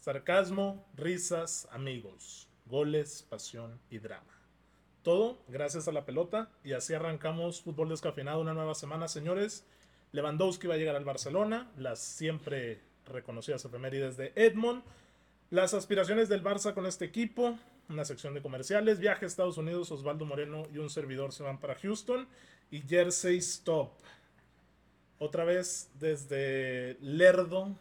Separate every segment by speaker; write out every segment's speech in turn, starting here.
Speaker 1: Sarcasmo, risas, amigos, goles, pasión y drama. Todo gracias a la pelota y así arrancamos fútbol descafeinado una nueva semana, señores. Lewandowski va a llegar al Barcelona, las siempre reconocidas efemérides de Edmond, las aspiraciones del Barça con este equipo, una sección de comerciales, viaje a Estados Unidos, Osvaldo Moreno y un servidor se van para Houston y Jersey Stop. Otra vez desde Lerdo,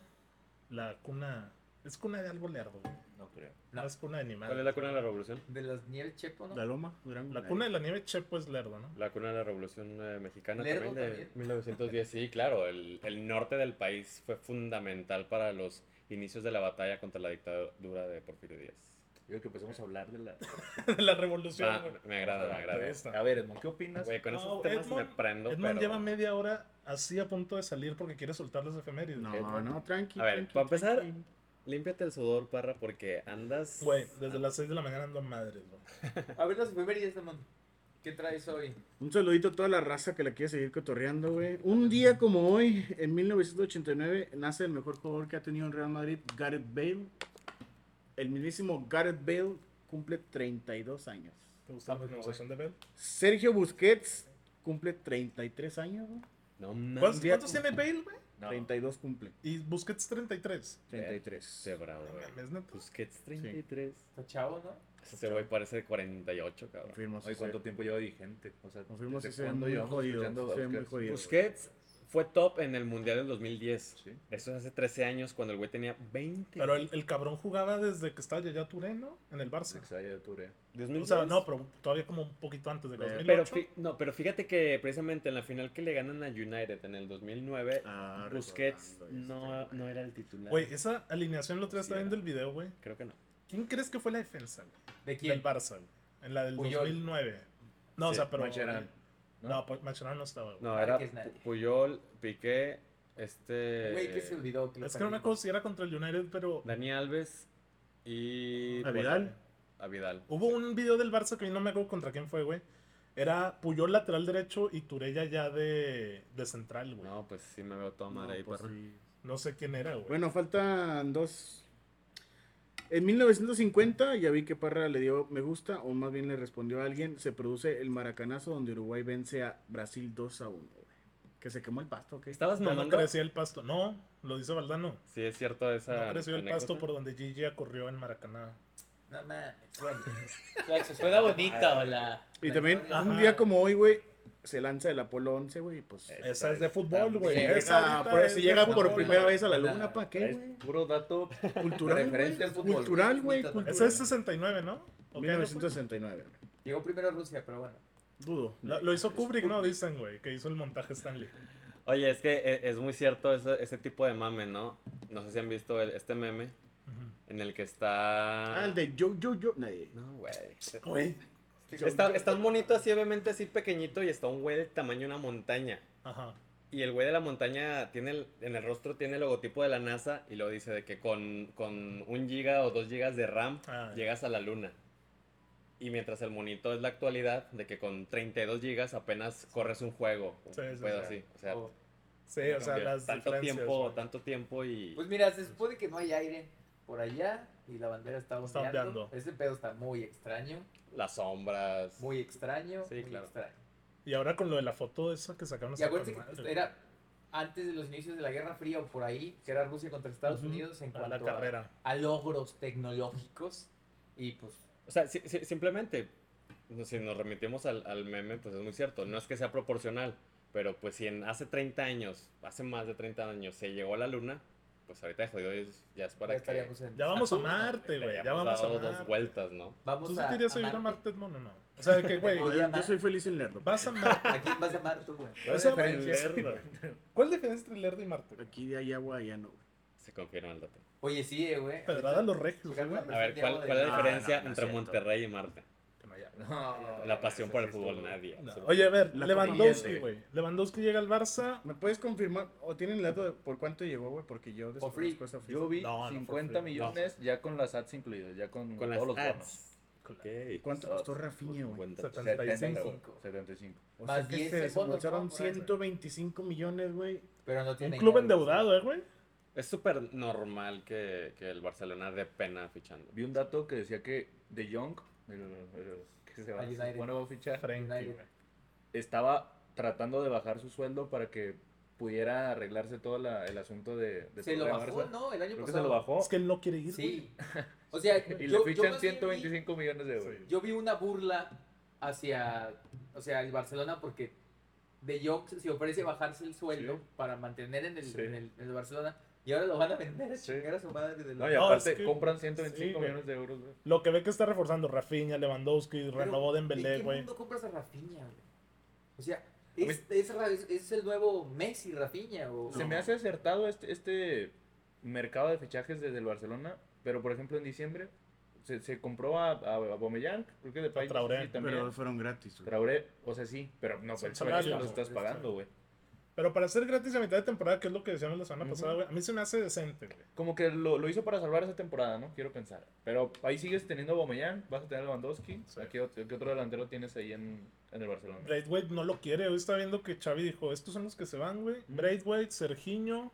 Speaker 1: la cuna... Es cuna de algo Lerdo, güey.
Speaker 2: No creo.
Speaker 1: No, es cuna de ni madre.
Speaker 2: ¿Cuál es la cuna de la revolución?
Speaker 3: De las nieves chepo, ¿no?
Speaker 4: La Loma, Durango.
Speaker 1: La cuna de la nieve Chepo es Lerdo, ¿no?
Speaker 2: La cuna de la revolución eh, mexicana
Speaker 3: Lerdo
Speaker 2: también de
Speaker 3: también.
Speaker 2: 1910. Sí, claro, el, el norte del país fue fundamental para los inicios de la batalla contra la dictadura de Porfirio Díaz.
Speaker 4: Yo creo que empecemos a hablar de la.
Speaker 1: la revolución.
Speaker 2: Ah,
Speaker 1: güey.
Speaker 2: me agrada, me agrada.
Speaker 1: Ahí está.
Speaker 4: A ver, Edmond, ¿qué opinas?
Speaker 2: Güey, con
Speaker 1: pues, No,
Speaker 2: esos temas
Speaker 1: Edmond-
Speaker 2: me prendo.
Speaker 1: Edmond
Speaker 2: pero-
Speaker 1: lleva media hora así a punto de salir porque quiere soltar las efemérides.
Speaker 4: No, Eh, no, tranqui.
Speaker 2: A ver,
Speaker 4: tranqui,
Speaker 2: para empezar-
Speaker 4: tranqui.
Speaker 2: Límpiate el sudor, parra, porque andas.
Speaker 1: Güey, desde las 6 de la mañana ando a madres, güey.
Speaker 3: eh, A ver las efemérides, Damon. ¿Qué traes hoy?
Speaker 4: Un saludito a toda la raza que la quiere seguir cotorreando, güey. Un día como hoy, en 1989, nace el mejor jugador que ha tenido en Real Madrid, Gareth Bale. El mismísimo Gareth Bale cumple 32 años.
Speaker 1: ¿Te
Speaker 2: Ah,
Speaker 1: gusta la conversación de Bell?
Speaker 4: Sergio Busquets cumple 33 años, güey.
Speaker 2: No mames.
Speaker 1: ¿Cuántos,
Speaker 4: día
Speaker 1: cuántos
Speaker 4: como-
Speaker 1: tiene Bale, güey?
Speaker 2: No.
Speaker 4: 32 cumple.
Speaker 1: Y Busquets 33.
Speaker 4: 33.
Speaker 2: Se bravo, güey.
Speaker 1: ¿Es neto?
Speaker 2: Busquets 33.
Speaker 3: Está chavo, ¿no?
Speaker 2: Ese Este güey parece de 48, cabrón.
Speaker 4: Confirmo, sí,
Speaker 5: Oye,
Speaker 4: sí.
Speaker 5: ¿cuánto tiempo lleva vigente? O sea,
Speaker 4: Confirmo si
Speaker 5: ¿desde
Speaker 4: se ve
Speaker 5: cuándo
Speaker 4: muy
Speaker 5: llevamos
Speaker 4: jodido.
Speaker 5: escuchando
Speaker 4: Se ve
Speaker 5: a
Speaker 4: muy
Speaker 5: Busquets?
Speaker 4: jodido.
Speaker 2: Busquets fue top en el Mundial del 2010.
Speaker 5: Sí.
Speaker 2: Eso es hace 13 años, cuando el güey tenía 20.
Speaker 1: Pero el, el cabrón jugaba desde que estaba Yaya Touré, ¿no? En el Barça.
Speaker 5: Desde que se haya de Touré.
Speaker 1: O
Speaker 2: 2010.
Speaker 1: sea, no, pero todavía como un poquito antes de que
Speaker 4: Pero-
Speaker 1: 2008.
Speaker 2: Pero, fi- no, pero fíjate que precisamente en la final que le ganan a United en el 2009,
Speaker 4: Ah,
Speaker 2: Busquets
Speaker 4: recordando, ya
Speaker 2: no,
Speaker 4: estoy.
Speaker 2: no era el titular.
Speaker 1: Güey, esa alineación lo otra vez estaba
Speaker 2: Sí,
Speaker 1: viendo el video, güey.
Speaker 2: Creo que no.
Speaker 1: ¿Quién crees que fue la defensa, güey?
Speaker 3: ¿De
Speaker 1: Del
Speaker 3: quién?
Speaker 1: Barça, güey. En la del
Speaker 3: Puyol.
Speaker 1: 2009. No, o
Speaker 2: Sí,
Speaker 1: sea, pero...
Speaker 5: Mascherano,
Speaker 1: No,
Speaker 5: ¿no?
Speaker 1: pues Mascherano no estaba, güey.
Speaker 2: No,
Speaker 3: Ahora
Speaker 2: era
Speaker 3: que es nadie.
Speaker 2: Puyol, Piqué, este...
Speaker 3: Güey, que se olvidó. Que lo
Speaker 1: Es que no me acuerdo
Speaker 3: perdimos.
Speaker 1: si era contra el United, pero
Speaker 2: Dani Alves y... pues,
Speaker 4: ¿A Vidal?
Speaker 2: A Vidal.
Speaker 1: hubo un video del Barça que no me acuerdo contra quién fue, güey. Era Puyol lateral derecho y Turella ya de, de central, güey. No.
Speaker 2: No, pues sí me veo todo mal
Speaker 4: No,
Speaker 2: ahí,
Speaker 4: pues
Speaker 2: perro.
Speaker 4: sí.
Speaker 1: sé quién era, güey.
Speaker 4: Bueno, faltan dos. En 1950, ya vi que Parra le dio me gusta, o más bien le respondió a alguien, se produce el maracanazo donde Uruguay vence a Brasil 2 a 1. güey. Que se quemó el pasto, ¿ok?
Speaker 2: ¿Estabas
Speaker 1: Ya no
Speaker 2: mamando?
Speaker 1: crecía el pasto. No, lo dice Valdano.
Speaker 2: Sí, es cierto esa
Speaker 1: No creció el
Speaker 2: anécdota.
Speaker 1: pasto por donde Gigi corrió en Maracaná.
Speaker 3: No mames, Ah, bueno. La se suena bonita, o la.
Speaker 4: Y también,
Speaker 3: Ah,
Speaker 4: un día como hoy, güey, se lanza el Apolo 11, güey, y pues...
Speaker 2: Eh,
Speaker 1: Esa es de fútbol, güey.
Speaker 4: si
Speaker 1: Esa
Speaker 4: llega,
Speaker 1: ahorita
Speaker 4: Ah, por,
Speaker 1: es
Speaker 4: si
Speaker 1: de
Speaker 4: llega
Speaker 1: fútbol,
Speaker 4: por
Speaker 1: güey.
Speaker 4: primera vez a la
Speaker 3: Nada.
Speaker 4: luna, ¿para
Speaker 5: Es
Speaker 4: qué,
Speaker 5: puro dato.
Speaker 4: güey? Cultural,
Speaker 5: Referente
Speaker 4: güey.
Speaker 5: al fútbol.
Speaker 4: Cultural, güey.
Speaker 3: Esa
Speaker 4: cultural.
Speaker 1: Esa es 69, ¿no? ¿O qué año fue?
Speaker 4: 1969. güey.
Speaker 3: Llegó primero Rusia, pero bueno.
Speaker 4: pues, Dudo.
Speaker 1: Lo, lo hizo Kubrick, ¿no? Dicen, güey, que hizo el montaje Stanley.
Speaker 2: Oye, es que e- es muy cierto ese, ese tipo de mame, ¿no? No sé si han visto el- este meme
Speaker 1: Ujú.
Speaker 2: en el que está...
Speaker 4: Ah, el de yo, yo, yo. Nadie.
Speaker 2: No, güey.
Speaker 1: Güey.
Speaker 2: Está, está un bonito así, obviamente así pequeñito y está un güey del tamaño de una montaña.
Speaker 1: Ajá.
Speaker 2: Y el güey de la montaña tiene el- en el rostro tiene el logotipo de la NASA y lo dice de que con, con un giga o dos gigas de RAM
Speaker 1: Ah, ya.
Speaker 2: llegas a la luna. Y mientras el monito es la actualidad de que con 32 gigas apenas corres un juego.
Speaker 1: Sí,
Speaker 2: un
Speaker 1: sí,
Speaker 2: pedo
Speaker 1: sí.
Speaker 2: así. O sea,
Speaker 3: Oh.
Speaker 1: Sí, o sea,
Speaker 2: cambia.
Speaker 1: las
Speaker 2: tanto
Speaker 1: diferencias,
Speaker 2: tiempo,
Speaker 1: güey.
Speaker 2: tanto tiempo y...
Speaker 3: Pues mira, se supone que no hay aire por allá y la bandera está
Speaker 1: Está
Speaker 3: ondeando.
Speaker 1: ondeando.
Speaker 3: Ese pedo está muy extraño,
Speaker 2: Las sombras.
Speaker 3: muy extraño,
Speaker 2: Sí,
Speaker 3: muy
Speaker 2: claro.
Speaker 3: extraño.
Speaker 1: Y ahora con lo de la foto esa que sacaron.
Speaker 3: Y
Speaker 1: está
Speaker 3: acuérdense
Speaker 1: con
Speaker 3: que
Speaker 1: madre,
Speaker 3: era antes de los inicios de la Guerra Fría o por ahí, que era Rusia contra Estados
Speaker 1: Ujú,
Speaker 3: Unidos en
Speaker 1: güey, a la
Speaker 3: cuanto a,
Speaker 1: carrera.
Speaker 3: a logros tecnológicos y pues
Speaker 2: O sea, si- si- simplemente, no, si nos remitimos al, al meme, pues es muy cierto. No es que sea proporcional, pero pues si en hace 30 años, hace más de 30 años, se llegó a la luna, pues ahorita de jodido es- ya es para
Speaker 3: ya
Speaker 2: que
Speaker 3: estaríamos en-
Speaker 1: Ya vamos a
Speaker 3: Saturno,
Speaker 1: Marte,
Speaker 2: le
Speaker 1: güey. Ya
Speaker 2: hayamos
Speaker 1: vamos a
Speaker 2: dado
Speaker 1: Marte.
Speaker 2: dos vueltas, ¿no?
Speaker 3: Vamos
Speaker 1: ¿Tú sí
Speaker 3: a,
Speaker 1: te irías a
Speaker 3: a
Speaker 1: ir a
Speaker 3: Marte.
Speaker 1: Marte, Edmond, o no? O sea, de que, güey,
Speaker 3: Oye,
Speaker 4: Yo,
Speaker 3: ma-
Speaker 4: soy feliz en Lerdo.
Speaker 1: vas a Marte.
Speaker 3: ¿A quién vas a Marte, güey?
Speaker 1: Esa
Speaker 2: Verga.
Speaker 1: ¿Cuál diferencia entre Lerdo y Marte? güey?
Speaker 4: Aquí de ahí agua, allá no. güey.
Speaker 2: Se confirma el dato.
Speaker 3: Oye, sí, eh, güey.
Speaker 1: Pedrada a los regios,
Speaker 3: Sacaron
Speaker 1: güey.
Speaker 3: la
Speaker 2: A ver, ¿cuál, cuál es
Speaker 3: de-
Speaker 2: la
Speaker 4: No,
Speaker 2: diferencia
Speaker 4: no, no es
Speaker 2: entre
Speaker 4: cierto.
Speaker 2: Monterrey y Marte?
Speaker 1: Que no haya-
Speaker 3: No,
Speaker 2: Ah, La pasión por el
Speaker 5: eso sí
Speaker 2: fútbol,
Speaker 5: estuvo-
Speaker 2: nadie.
Speaker 1: No.
Speaker 2: absolutamente.
Speaker 1: Oye, a ver,
Speaker 4: La
Speaker 1: Lewandowski,
Speaker 4: corriente.
Speaker 1: güey. Lewandowski llega al Barça.
Speaker 4: ¿Me puedes confirmar o tienen el dato de por cuánto llegó, güey? Porque yo
Speaker 3: Pues, Por free.
Speaker 4: desconozco esa oficina.
Speaker 5: Yo vi
Speaker 1: No, no,
Speaker 5: 50
Speaker 1: por fin, no.
Speaker 5: millones ya con las ads incluidas, ya con,
Speaker 2: Con las
Speaker 5: todos los bonos.
Speaker 2: ads. Ok.
Speaker 4: ¿Cuánto costó Rafinha, güey?
Speaker 2: Buen dato.
Speaker 1: 75.
Speaker 5: 75. 75.
Speaker 4: O
Speaker 3: Más
Speaker 4: sea que
Speaker 3: 10
Speaker 4: se
Speaker 3: segundos,
Speaker 4: desembolsaron
Speaker 3: ¿no? Por ahí, güey.
Speaker 4: 125 millones, güey.
Speaker 3: Pero no
Speaker 1: Un
Speaker 3: tiene.
Speaker 1: club
Speaker 3: dinero,
Speaker 1: endeudado, ¿eh, güey?
Speaker 2: Es súper normal que, que el Barcelona dé pena fichando.
Speaker 5: Vi un dato que decía que De Jong, el- el- que se va,
Speaker 3: Al
Speaker 5: se
Speaker 3: United.
Speaker 5: supone va a fichar,
Speaker 1: Frenkie, güey.
Speaker 5: estaba tratando de bajar su sueldo para que pudiera arreglarse todo la- el asunto de, de
Speaker 3: Se lo
Speaker 5: Torreón
Speaker 3: bajó,
Speaker 5: Barça.
Speaker 3: ¿no? El año
Speaker 5: Creo que se
Speaker 3: pasado.
Speaker 5: lo bajó
Speaker 1: Es que él no quiere ir. güey.
Speaker 3: Sí. O sea,
Speaker 5: y
Speaker 3: yo, yo
Speaker 5: le fichan
Speaker 3: más bien vi-
Speaker 5: 125 millones de euros.
Speaker 1: Sí.
Speaker 3: Yo vi una burla hacia, o sea, el Barcelona porque De Jong se ofrece bajarse el sueldo
Speaker 5: Sí.
Speaker 3: para mantener en el,
Speaker 5: Sí.
Speaker 3: en el, en el Barcelona y ahora lo van a vender a
Speaker 5: Sí.
Speaker 3: chingar a su madre de la-
Speaker 5: No, y
Speaker 1: No,
Speaker 5: aparte
Speaker 1: es que-
Speaker 5: compran 125
Speaker 1: sí, güey.
Speaker 5: millones de euros. güey.
Speaker 1: Lo que ve que está reforzando Rafinha, Lewandowski,
Speaker 3: Pero,
Speaker 1: renovó
Speaker 3: ¿En
Speaker 1: Dembélé,
Speaker 3: qué
Speaker 1: güey.
Speaker 3: mundo compras a Rafinha, güey? O sea, es, es, ra- es- es el nuevo Messi Rafinha o
Speaker 5: Se me hace acertado este, este mercado de fichajes desde el Barcelona, pero por ejemplo en diciembre se, se compró a, a, a Aubameyang, creo que de país
Speaker 1: Traoré.
Speaker 5: también.
Speaker 4: Pero fueron gratis, güey.
Speaker 5: Traoré, o sea, sí, pero no,
Speaker 1: Son
Speaker 5: pues el precio
Speaker 1: salarios,
Speaker 5: lo
Speaker 3: güey,
Speaker 5: estás
Speaker 3: es
Speaker 5: pagando, güey.
Speaker 1: Pero para ser gratis a mitad de temporada, que es lo que decíamos la semana
Speaker 5: Ujú.
Speaker 1: pasada, güey, a mí se me hace decente, güey.
Speaker 5: Como que lo, lo hizo para salvar esa temporada, ¿no? Quiero pensar. Pero ahí sigues teniendo a Aubameyang, vas a tener a Lewandowski.
Speaker 1: Sí.
Speaker 5: ¿A qué, ot- qué otro delantero tienes ahí en, en el Barcelona?
Speaker 1: Braithwaite no lo quiere. Hoy está viendo que Xavi dijo, estos son los que se van, güey. Braithwaite, Serginho,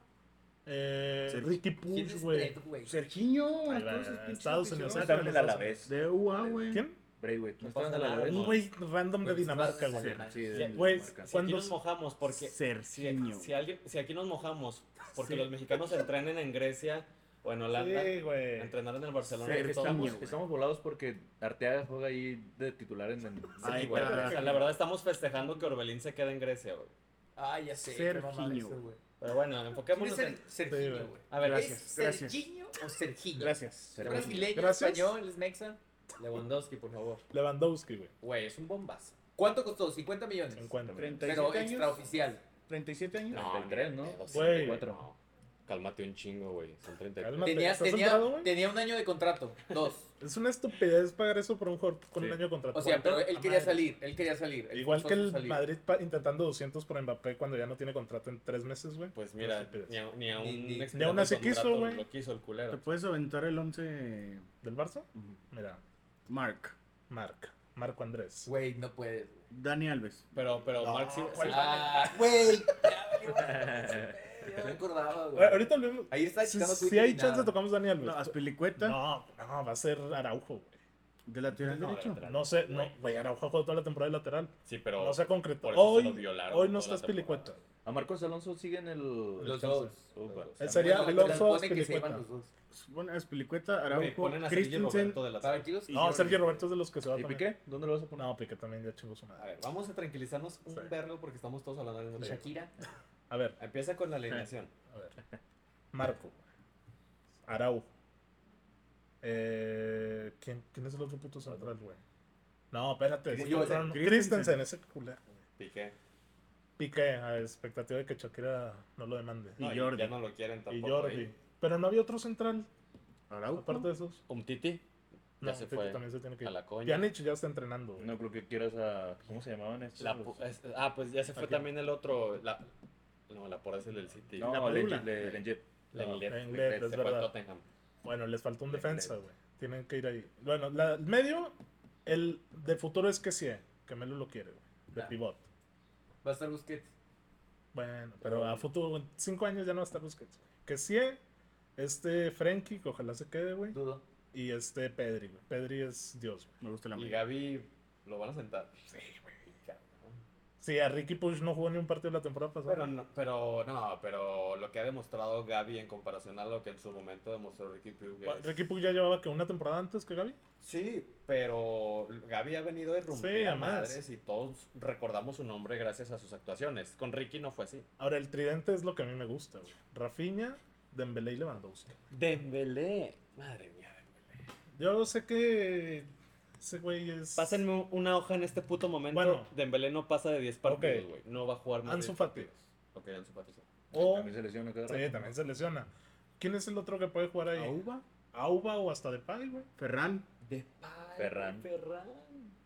Speaker 1: eh,
Speaker 4: Sergi-
Speaker 1: Ricky
Speaker 3: ¿Quién
Speaker 1: Push,
Speaker 3: es
Speaker 1: güey.
Speaker 3: Dredd, güey?
Speaker 4: Serginho,
Speaker 1: Ahí va,
Speaker 4: entonces, pinche
Speaker 1: Estados
Speaker 4: aficionado.
Speaker 1: Unidos.
Speaker 5: No estaba en el Alavés.
Speaker 4: De UA, güey.
Speaker 1: ¿Quién?
Speaker 5: Braithwaite.
Speaker 3: No
Speaker 5: No estaba en el
Speaker 3: pasa nada,
Speaker 5: Alavés.
Speaker 1: Un güey random de
Speaker 3: Pues,
Speaker 1: Dinamarca,
Speaker 3: no,
Speaker 1: güey.
Speaker 3: no, no,
Speaker 5: Sí,
Speaker 3: no,
Speaker 5: de-
Speaker 3: no,
Speaker 1: Güey,
Speaker 5: marca.
Speaker 6: Si aquí
Speaker 1: cuando...
Speaker 6: nos mojamos, porque si,
Speaker 4: Serginho.
Speaker 6: si alguien, si aquí nos mojamos, porque los mexicanos entrenen en Grecia o en Holanda,
Speaker 1: Sí, güey.
Speaker 6: entrenaron en el Barcelona.
Speaker 4: Sí,
Speaker 6: y todo.
Speaker 4: Serginho,
Speaker 5: Estamos,
Speaker 4: güey.
Speaker 5: estamos volados porque Arteaga juega ahí de titular en... en-
Speaker 2: Ah,
Speaker 4: Ahí
Speaker 5: igual.
Speaker 4: está.
Speaker 6: O sea, la verdad estamos festejando que Orbelín se queda en Grecia, güey.
Speaker 3: Ah, ya sé, qué
Speaker 4: Serginho.
Speaker 3: mamada eso, güey.
Speaker 6: Pero bueno,
Speaker 3: ¿Quién
Speaker 6: enfoquémonos
Speaker 3: es
Speaker 6: en...
Speaker 3: Ser- Serginho,
Speaker 1: güey.
Speaker 3: güey?
Speaker 6: A ver,
Speaker 4: Gracias,
Speaker 3: ¿Es
Speaker 4: gracias.
Speaker 3: Serginho o Serginho?
Speaker 4: Gracias.
Speaker 3: ¿Es brasileño,
Speaker 1: Gracias.
Speaker 3: español, es mexa? Lewandowski, por favor.
Speaker 1: Lewandowski, güey.
Speaker 3: Güey, es un bombazo. ¿cuánto costó? 50 millones.
Speaker 1: 50, güey.
Speaker 4: 37
Speaker 3: Pero
Speaker 4: años.
Speaker 3: extraoficial.
Speaker 4: 37 años.
Speaker 5: No. 33, ¿no?
Speaker 2: Pero sí,
Speaker 1: Güey.
Speaker 2: cuatro. No. Cálmate un chingo, güey. Son 33.
Speaker 1: Cálmate.
Speaker 3: Tenía,
Speaker 1: ¿Estás
Speaker 3: tenía,
Speaker 1: entrado, güey?
Speaker 3: tenía un año de contrato, dos.
Speaker 1: Es una estupidez pagar eso por un jugador con un
Speaker 5: Sí.
Speaker 1: año de contrato.
Speaker 3: O sea, pero
Speaker 1: ¿Cuánto?
Speaker 3: él
Speaker 1: A
Speaker 3: quería
Speaker 1: madre.
Speaker 3: salir, él quería salir. él
Speaker 1: Igual
Speaker 3: forzó
Speaker 1: que
Speaker 3: su
Speaker 1: el
Speaker 3: salida.
Speaker 1: Madrid pa- intentando 200 por Mbappé cuando ya no tiene contrato en tres meses, güey.
Speaker 2: Pues mira,
Speaker 1: Estupidez.
Speaker 2: ni a, ni a
Speaker 3: Ni-
Speaker 2: un
Speaker 3: ni-
Speaker 2: ex
Speaker 1: ni aún así
Speaker 2: contrato
Speaker 1: quiso, güey.
Speaker 2: Lo quiso el culero.
Speaker 4: ¿Te puedes aventar el 11
Speaker 1: ¿Del Barça? Mira,
Speaker 4: Mark?
Speaker 1: Marc. Marco Andrés.
Speaker 3: Güey, no puedes. güey.
Speaker 4: Dani Alves.
Speaker 2: Pero, pero
Speaker 1: No,
Speaker 2: Mark sí-
Speaker 1: ¿cuál?
Speaker 2: sí-
Speaker 3: Ah, güey. ya, güey, Ya me acordaba,
Speaker 1: Oye,
Speaker 3: güey.
Speaker 1: Ahorita volvemos.
Speaker 3: Ahí está
Speaker 1: Si,
Speaker 3: checando
Speaker 1: si
Speaker 3: Twitter y
Speaker 1: hay
Speaker 3: nada.
Speaker 1: chance, tocamos a Dani Alves.
Speaker 4: No, Aspilicueta.
Speaker 1: No, no, va a ser Araujo, güey.
Speaker 4: De lateral
Speaker 2: No,
Speaker 4: derecho.
Speaker 2: lateral.
Speaker 1: No sé, no, güey, Araujo ha jugado toda la temporada de lateral.
Speaker 2: sí, pero
Speaker 1: No se ha concretado.
Speaker 2: por eso se lo
Speaker 1: Hoy,
Speaker 2: violaron
Speaker 1: hoy no
Speaker 2: toda
Speaker 1: está
Speaker 2: la temporada.
Speaker 1: Spilicueta.
Speaker 5: A Marcos Alonso sigue en el...
Speaker 3: Los
Speaker 5: Chelsea.
Speaker 3: dos.
Speaker 5: Opa.
Speaker 2: Los
Speaker 1: Él sería
Speaker 3: Bueno, se
Speaker 1: Alonso
Speaker 3: supone que se
Speaker 1: Azpilicueta.
Speaker 3: iban los dos.
Speaker 4: Bueno, Aspilicueta,
Speaker 2: Güey,
Speaker 4: Araujo,
Speaker 2: ponen a Sergio
Speaker 4: Christensen.
Speaker 2: Roberto de la
Speaker 3: Para kilos.
Speaker 1: No, Sergio Roberto es de los que se va
Speaker 5: ¿Y
Speaker 1: también.
Speaker 5: Piqué? ¿Dónde lo vas a poner?
Speaker 1: No, Piqué también ya chingó su
Speaker 2: A
Speaker 1: madre.
Speaker 2: ver, vamos a tranquilizarnos un
Speaker 1: Sí.
Speaker 2: vergo porque estamos todos hablando al mismo tiempo.
Speaker 3: Shakira.
Speaker 1: A ver,
Speaker 2: Empieza con la alineación.
Speaker 1: a ver. Marco. güey. Araujo. Eh, ¿quién, ¿Quién es el otro puto central, güey? No, espérate.
Speaker 3: Christensen.
Speaker 1: Christensen, Christensen,
Speaker 4: Christensen,
Speaker 1: ese culero. güey.
Speaker 2: Piqué.
Speaker 1: Piqué, a expectativa de que Shakira no lo demande.
Speaker 2: No,
Speaker 4: Y Jordi.
Speaker 2: Ya no lo quieren
Speaker 1: Y
Speaker 2: tampoco. ¿eh?
Speaker 1: Jordi.
Speaker 2: ahí.
Speaker 1: Pero no había otro central,
Speaker 4: Araujo.
Speaker 1: aparte de esos.
Speaker 2: Umtiti.
Speaker 1: No,
Speaker 2: Ya se
Speaker 1: Titi
Speaker 2: fue.
Speaker 1: también se tiene que
Speaker 2: A
Speaker 1: ir.
Speaker 2: la coña.
Speaker 1: Pjanic ya está entrenando. güey.
Speaker 5: No creo que quieras a... ¿Cómo se llamaban estos?
Speaker 2: La
Speaker 5: Los-
Speaker 2: pu- es- ah, pues ya se fue
Speaker 1: Aquí.
Speaker 2: también el otro. La, no, la por es el del City.
Speaker 5: No,
Speaker 4: La
Speaker 5: la
Speaker 4: Padula.
Speaker 5: Le- Lenglet.
Speaker 2: La
Speaker 1: no,
Speaker 2: Lenglet.
Speaker 1: Lenglet,
Speaker 2: Lenglet,
Speaker 1: es
Speaker 2: se fue al
Speaker 1: verdad.
Speaker 2: Tottenham.
Speaker 1: Bueno, les faltó un
Speaker 5: Le-
Speaker 1: defensa,
Speaker 5: le-
Speaker 1: güey. Tienen que ir ahí. Bueno, la- el medio, el de futuro es que sí, eh, que Melo lo quiere, güey. De
Speaker 3: Ah.
Speaker 1: pivot.
Speaker 3: Va a estar Busquets.
Speaker 1: Bueno, pero a futuro, en cinco años ya no va a estar Busquets. güey. Que sí, eh, este Frenkie, que ojalá se quede, güey.
Speaker 3: Dudo.
Speaker 1: Y este Pedri, güey. Pedri es Dios, güey.
Speaker 4: Me gusta la
Speaker 2: Y
Speaker 4: mano.
Speaker 2: Gaby lo van a sentar. Sí, güey.
Speaker 1: Sí, a Ricky Push no jugó ni un partido la temporada pasada.
Speaker 2: Pero no, pero no, pero lo que ha demostrado Gaby en comparación a lo que en su momento demostró Ricky Puig.
Speaker 1: Bueno,
Speaker 2: es-
Speaker 1: Ricky Push ya llevaba que una temporada antes que Gaby.
Speaker 2: Sí, pero Gaby ha venido de romper
Speaker 1: Sí,
Speaker 2: a
Speaker 1: además.
Speaker 2: madres y todos recordamos su nombre gracias a sus actuaciones. Con Ricky no fue así.
Speaker 1: Ahora, el tridente es lo que a mí me gusta, güey. Rafinha, Dembélé y Lewandowski.
Speaker 2: Dembélé. Madre mía.
Speaker 1: Yo sé que ese güey es...
Speaker 2: Pásenme una hoja en este puto momento.
Speaker 1: Bueno.
Speaker 2: Dembélé no pasa de 10 partidos,
Speaker 1: Ok.
Speaker 2: güey. No va a jugar más
Speaker 1: Ansu
Speaker 2: de 10
Speaker 1: Fati.
Speaker 2: partidos. Ok, Ansu Fati. sí.
Speaker 1: O...
Speaker 5: También se lesiona cada
Speaker 1: Oh. Sí,
Speaker 5: rato.
Speaker 1: también se lesiona. ¿Quién es el otro que puede jugar ahí?
Speaker 4: Auba,
Speaker 1: Auba o hasta Depay, güey.
Speaker 4: Ferran.
Speaker 5: Ferran.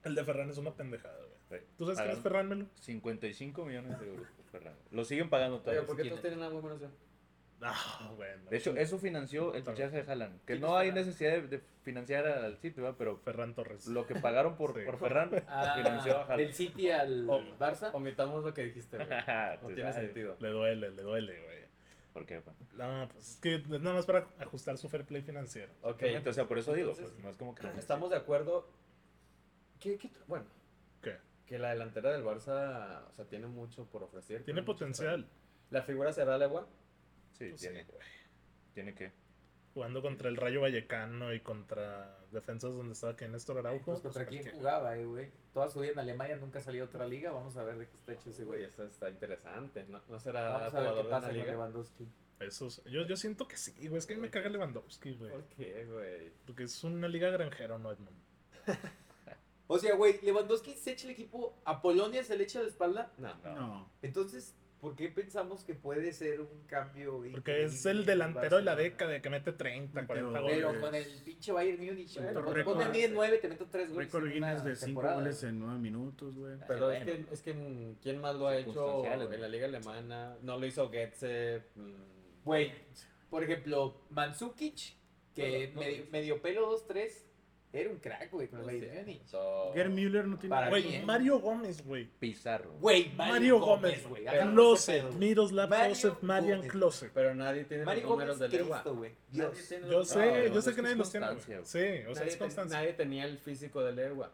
Speaker 1: El de Ferran es una pendejada, güey.
Speaker 5: Sí.
Speaker 1: ¿Tú sabes quién es
Speaker 5: Pagaron
Speaker 1: Ferran, Melo?
Speaker 5: 55 millones de euros por Ferran. Lo siguen pagando
Speaker 2: Oye,
Speaker 5: todavía.
Speaker 2: ¿por qué todos tienen algo bueno? hacer?
Speaker 1: No, güey. no.
Speaker 5: De hecho, eso financió el
Speaker 1: Totalmente.
Speaker 5: fichaje de Haaland. Que
Speaker 3: ¿Quién
Speaker 5: no
Speaker 3: es
Speaker 5: hay
Speaker 3: Haaland?
Speaker 5: necesidad de, de financiar al City, ¿verdad? Pero
Speaker 1: Ferran Torres.
Speaker 5: lo que pagaron por,
Speaker 1: Sí.
Speaker 5: por Ferran financió a
Speaker 3: Ah, del
Speaker 5: Haaland.
Speaker 3: City al
Speaker 2: O-
Speaker 3: Barça.
Speaker 2: Omitamos lo que dijiste, güey.
Speaker 5: Ajá,
Speaker 2: No
Speaker 5: tú
Speaker 2: tiene
Speaker 5: sabes.
Speaker 2: sentido.
Speaker 1: Le duele, le duele, güey.
Speaker 5: ¿Por qué, pa?
Speaker 1: No, pues es que es nada más para ajustar su fair play financiero.
Speaker 6: Ok.
Speaker 5: Exactamente, O sea, por eso digo,
Speaker 6: Entonces,
Speaker 5: pues, no es como que...
Speaker 6: Estamos de acuerdo. ¿Qué- qué tr- bueno,
Speaker 1: ¿Qué?
Speaker 6: que la delantera del Barça, o sea, tiene mucho por ofrecer.
Speaker 1: Tiene
Speaker 6: mucho
Speaker 1: potencial.
Speaker 6: para- La figura será Legua.
Speaker 5: Sí,
Speaker 1: Pues
Speaker 5: tiene.
Speaker 1: sí.
Speaker 5: Tiene que...
Speaker 1: Jugando contra el Rayo Vallecano y contra defensas donde estaba que Néstor Araujo.
Speaker 3: Pues contra
Speaker 1: pues,
Speaker 3: quién
Speaker 1: cualquiera.
Speaker 3: jugaba, eh, güey. Toda su vida en Alemania nunca salió a otra liga. Vamos a ver de qué está hecho ese
Speaker 6: Güey,
Speaker 3: güey.
Speaker 6: eso está interesante. No, no
Speaker 2: Ah,
Speaker 6: será
Speaker 3: Vamos a ver
Speaker 6: jugador
Speaker 3: qué
Speaker 6: de
Speaker 3: pasa
Speaker 6: la
Speaker 3: con
Speaker 6: liga.
Speaker 3: Lewandowski.
Speaker 1: Eso es- yo, yo siento que sí, güey. Es que me caga Lewandowski, güey.
Speaker 6: ¿Por qué, güey?
Speaker 1: Porque es una liga granjero, no Edmund.
Speaker 3: O sea, güey, Lewandowski se echa el equipo. A Polonia se le echa la espalda.
Speaker 6: No,
Speaker 5: No.
Speaker 4: No.
Speaker 3: Entonces, ¿por qué pensamos que puede ser un cambio?
Speaker 1: Porque es
Speaker 3: increíble
Speaker 1: el
Speaker 3: en
Speaker 1: delantero de la
Speaker 3: Barcelona?
Speaker 1: década Pues, que mete 30,
Speaker 4: Mete
Speaker 1: 40
Speaker 4: goles.
Speaker 1: goles.
Speaker 3: Pero con el pinche Bayern Múnich,
Speaker 4: Bueno,
Speaker 3: güey,
Speaker 4: récord-
Speaker 3: ponme 10 9, te meto 3 goles.
Speaker 4: Récord
Speaker 3: en una
Speaker 4: Guinness de 5
Speaker 3: temporada.
Speaker 4: goles en 9 minutos, güey.
Speaker 6: Pero
Speaker 5: Ay,
Speaker 6: es,
Speaker 5: bueno.
Speaker 6: que, es que ¿quién más lo ha hecho
Speaker 5: Circunstanciales,
Speaker 6: en la
Speaker 5: güey.
Speaker 6: liga alemana? No lo hizo Goetze. mm,
Speaker 3: Güey, por ejemplo, Mansukic, que
Speaker 6: No, no,
Speaker 3: medio,
Speaker 6: no.
Speaker 3: medio pelo 2-3, era un crack, güey, con el
Speaker 6: no
Speaker 3: Bayern
Speaker 6: sé,
Speaker 3: Múnich.
Speaker 6: todo.
Speaker 4: Gerd Müller no tiene.
Speaker 3: Para
Speaker 4: Güey,
Speaker 3: mí,
Speaker 1: Güey,
Speaker 3: ¿eh?
Speaker 1: Mario Gómez, güey.
Speaker 5: Pizarro.
Speaker 3: Güey,
Speaker 1: Mario Gómez,
Speaker 3: güey. agarramos ese
Speaker 1: Klose,
Speaker 3: pedo, güey.
Speaker 1: Miroslav
Speaker 3: Mario
Speaker 1: Klose, Marian
Speaker 3: Gómez.
Speaker 1: Klose.
Speaker 6: Pero nadie tiene
Speaker 3: Mario
Speaker 6: los números
Speaker 3: Gómez,
Speaker 6: de Legua.
Speaker 3: Cristo, güey.
Speaker 6: Nadie
Speaker 3: Dios.
Speaker 6: tiene
Speaker 1: Yo
Speaker 6: los-
Speaker 1: sé,
Speaker 5: no,
Speaker 1: yo
Speaker 5: no,
Speaker 1: sé
Speaker 5: es
Speaker 1: que
Speaker 5: que
Speaker 1: nadie
Speaker 5: es
Speaker 1: los tiene. güey.
Speaker 5: constancia, güey.
Speaker 1: Sí, o sea,
Speaker 6: nadie,
Speaker 1: es
Speaker 6: ten-
Speaker 1: constancia.
Speaker 6: nadie tenía el físico de Legua.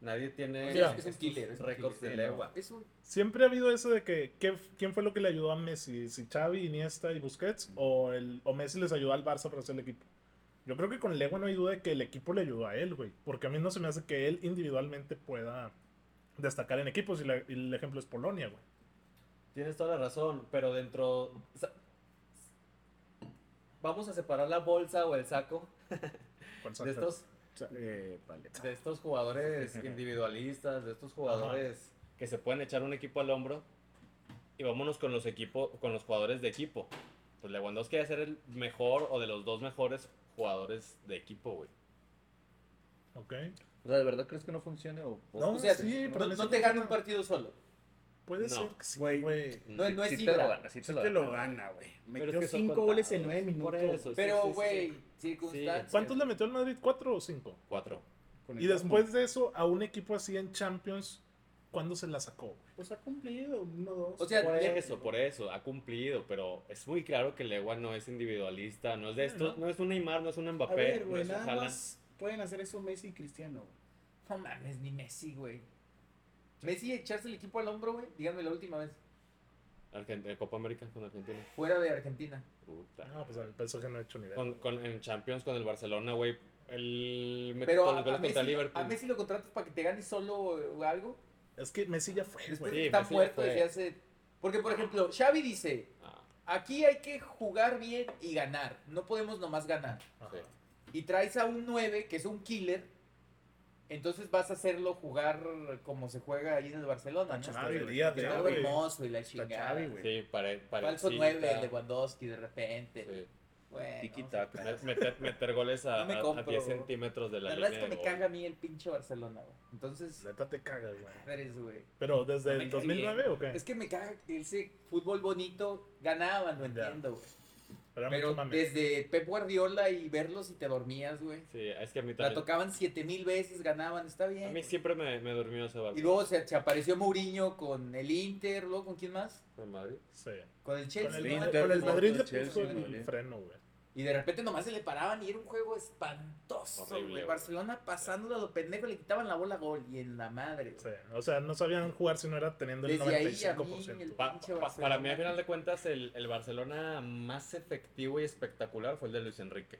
Speaker 6: Nadie tiene
Speaker 1: Mira.
Speaker 6: estos
Speaker 3: Es un killer, es un
Speaker 6: récords de
Speaker 3: killer.
Speaker 6: Legua.
Speaker 3: Es un
Speaker 1: Siempre ha habido eso de que ¿qué- quién fue lo que le ayudó a Messi, si Xavi, Iniesta y Busquets o el o Messi les ayudó al Barça para hacer el equipo. Yo creo que con Legua no hay duda de que el equipo le ayudó a él, güey, porque a mí no se me hace que él individualmente pueda destacar en equipos y, la- y el ejemplo es Polonia, güey.
Speaker 6: Tienes toda la razón, pero dentro... o sea, vamos a separar la bolsa o el saco
Speaker 1: ¿Cuál saca?
Speaker 6: de estos,
Speaker 4: o sea, eh, vale.
Speaker 6: de estos jugadores individualistas, de estos jugadores que se pueden echar un equipo al hombro.
Speaker 2: Y vámonos con los equipos, con los jugadores de equipo. Pues Lewandowski debe ser el mejor o de los dos mejores jugadores de equipo, güey.
Speaker 1: Ok.
Speaker 5: O sea, ¿de verdad crees que no funcione o...? o-
Speaker 1: No,
Speaker 3: O sea,
Speaker 1: sí, pero
Speaker 3: no,
Speaker 1: me
Speaker 3: no
Speaker 1: hace
Speaker 3: te gana
Speaker 1: que-
Speaker 3: un partido solo.
Speaker 1: Puede
Speaker 2: No.
Speaker 1: ser que sí,
Speaker 4: Güey.
Speaker 1: güey.
Speaker 3: No, no es
Speaker 5: Sí te lo
Speaker 3: Ibra.
Speaker 5: gana, sí te
Speaker 4: Sí
Speaker 5: lo
Speaker 4: te Este lo
Speaker 5: gana.
Speaker 4: gana, güey.
Speaker 6: Pero
Speaker 4: Metió
Speaker 6: es que son
Speaker 4: 5 goles en 9
Speaker 6: contados. Por
Speaker 4: minutos.
Speaker 6: eso, sí, sí,
Speaker 3: Pero,
Speaker 6: sí.
Speaker 3: güey, circunstancias.
Speaker 1: ¿Cuántos le metió el Madrid? ¿Cuatro o cinco?
Speaker 2: Cuatro.
Speaker 4: Con el
Speaker 1: Y después de eso, a un equipo así en Champions, ¿cuándo se la sacó?
Speaker 4: Pues ha cumplido uno, dos.
Speaker 3: O sea,
Speaker 2: Por
Speaker 3: le-
Speaker 2: eso, por eso, ha cumplido, pero es muy claro que Legua no es individualista, no es de
Speaker 1: Sí,
Speaker 2: esto,
Speaker 1: ¿no?
Speaker 2: no es un Neymar, no es un
Speaker 4: a
Speaker 2: Mbappé,
Speaker 4: ver, güey,
Speaker 2: no es un
Speaker 4: nada
Speaker 2: Haaland.
Speaker 4: más pueden hacer eso Messi y Cristiano.
Speaker 3: No
Speaker 4: güey.
Speaker 3: mames, ni Messi, güey. Messi echarse el equipo al hombro, güey. Díganme la última vez.
Speaker 2: Argent- eh, Copa América con Argentina.
Speaker 3: Fuera de Argentina.
Speaker 2: Puta.
Speaker 1: No, pues el PSG no ha hecho ni idea.
Speaker 2: Con, con- en Champions con el Barcelona, güey. El metió
Speaker 3: Pero
Speaker 2: los
Speaker 3: a, a
Speaker 2: goles contra
Speaker 3: Messi,
Speaker 2: Liverpool.
Speaker 3: a Messi lo contratas para que te gane solo eh, o algo.
Speaker 1: Es que Messi ya fue,
Speaker 3: Después
Speaker 1: güey.
Speaker 2: Sí,
Speaker 3: está
Speaker 2: Messi ya
Speaker 3: muerto
Speaker 2: fue.
Speaker 3: desde hace. Porque, por ejemplo, Xavi dice:
Speaker 2: Ah,
Speaker 3: aquí hay que jugar bien y ganar. No podemos nomás ganar.
Speaker 1: Ajá.
Speaker 3: Y traes a un 9 que es un killer. Entonces vas a hacerlo jugar como se juega ahí en el Barcelona, ¿no?
Speaker 1: Xavi, el día de
Speaker 3: Está
Speaker 1: hoy.
Speaker 3: hermoso y la
Speaker 4: Está
Speaker 3: chingada.
Speaker 4: Xavi, güey.
Speaker 2: sí, pare, pare,
Speaker 3: Falso
Speaker 2: sí,
Speaker 3: 9,
Speaker 2: está-
Speaker 3: Lewandowski de repente.
Speaker 2: sí.
Speaker 3: Bueno,
Speaker 5: Tiki-taka.
Speaker 2: Me- Meter, meter goles a,
Speaker 3: No me
Speaker 2: a- a
Speaker 3: compro.
Speaker 2: 10 centímetros de
Speaker 3: La
Speaker 2: la,
Speaker 3: verdad
Speaker 2: línea
Speaker 3: es que
Speaker 2: de
Speaker 3: me
Speaker 2: gol.
Speaker 3: caga a mí el pinche Barcelona, güey. Entonces,
Speaker 1: Neta te cagas, güey.
Speaker 3: madres, güey.
Speaker 1: Pero desde
Speaker 3: No me
Speaker 1: el
Speaker 3: cae
Speaker 1: 2009
Speaker 3: bien.
Speaker 1: o qué?
Speaker 3: Es que me caga ese fútbol bonito. Ganaban, lo
Speaker 1: Ya.
Speaker 3: entiendo, güey.
Speaker 1: Era
Speaker 3: Pero
Speaker 1: mucho mame.
Speaker 3: desde Pep Guardiola y verlos y te dormías, güey.
Speaker 2: Sí, es que a mí
Speaker 3: La
Speaker 2: también.
Speaker 3: tocaban 7000 veces, ganaban, está bien.
Speaker 2: A mí
Speaker 3: güey.
Speaker 2: siempre me, me durmió ese
Speaker 3: Y
Speaker 2: Barcelona.
Speaker 3: luego se, se apareció Mourinho con el Inter, luego con quién más?
Speaker 2: ¿En Madrid?
Speaker 1: Sí.
Speaker 3: Con el
Speaker 1: Con
Speaker 3: Chelsea.
Speaker 1: el,
Speaker 3: ¿no?
Speaker 1: Madrid-
Speaker 5: Inter,
Speaker 1: con el
Speaker 5: Porto,
Speaker 1: Madrid le puso
Speaker 5: Chelsea,
Speaker 1: el
Speaker 5: Madrid.
Speaker 1: freno, güey.
Speaker 3: Y de repente nomás se le paraban y era un juego espantoso,
Speaker 2: Horrible,
Speaker 3: güey.
Speaker 2: güey.
Speaker 3: Barcelona pasándola a lo pendejo, le quitaban la bola a gol y en la madre. güey.
Speaker 1: Sí. O sea, no sabían jugar si no era teniendo el
Speaker 3: Desde ahí a
Speaker 1: 95%.
Speaker 3: mí el
Speaker 2: Pa-
Speaker 3: pinche
Speaker 2: pa-
Speaker 3: Barcelona.
Speaker 2: para mí, a final de cuentas, el, el Barcelona más efectivo y espectacular fue el de Luis Enrique.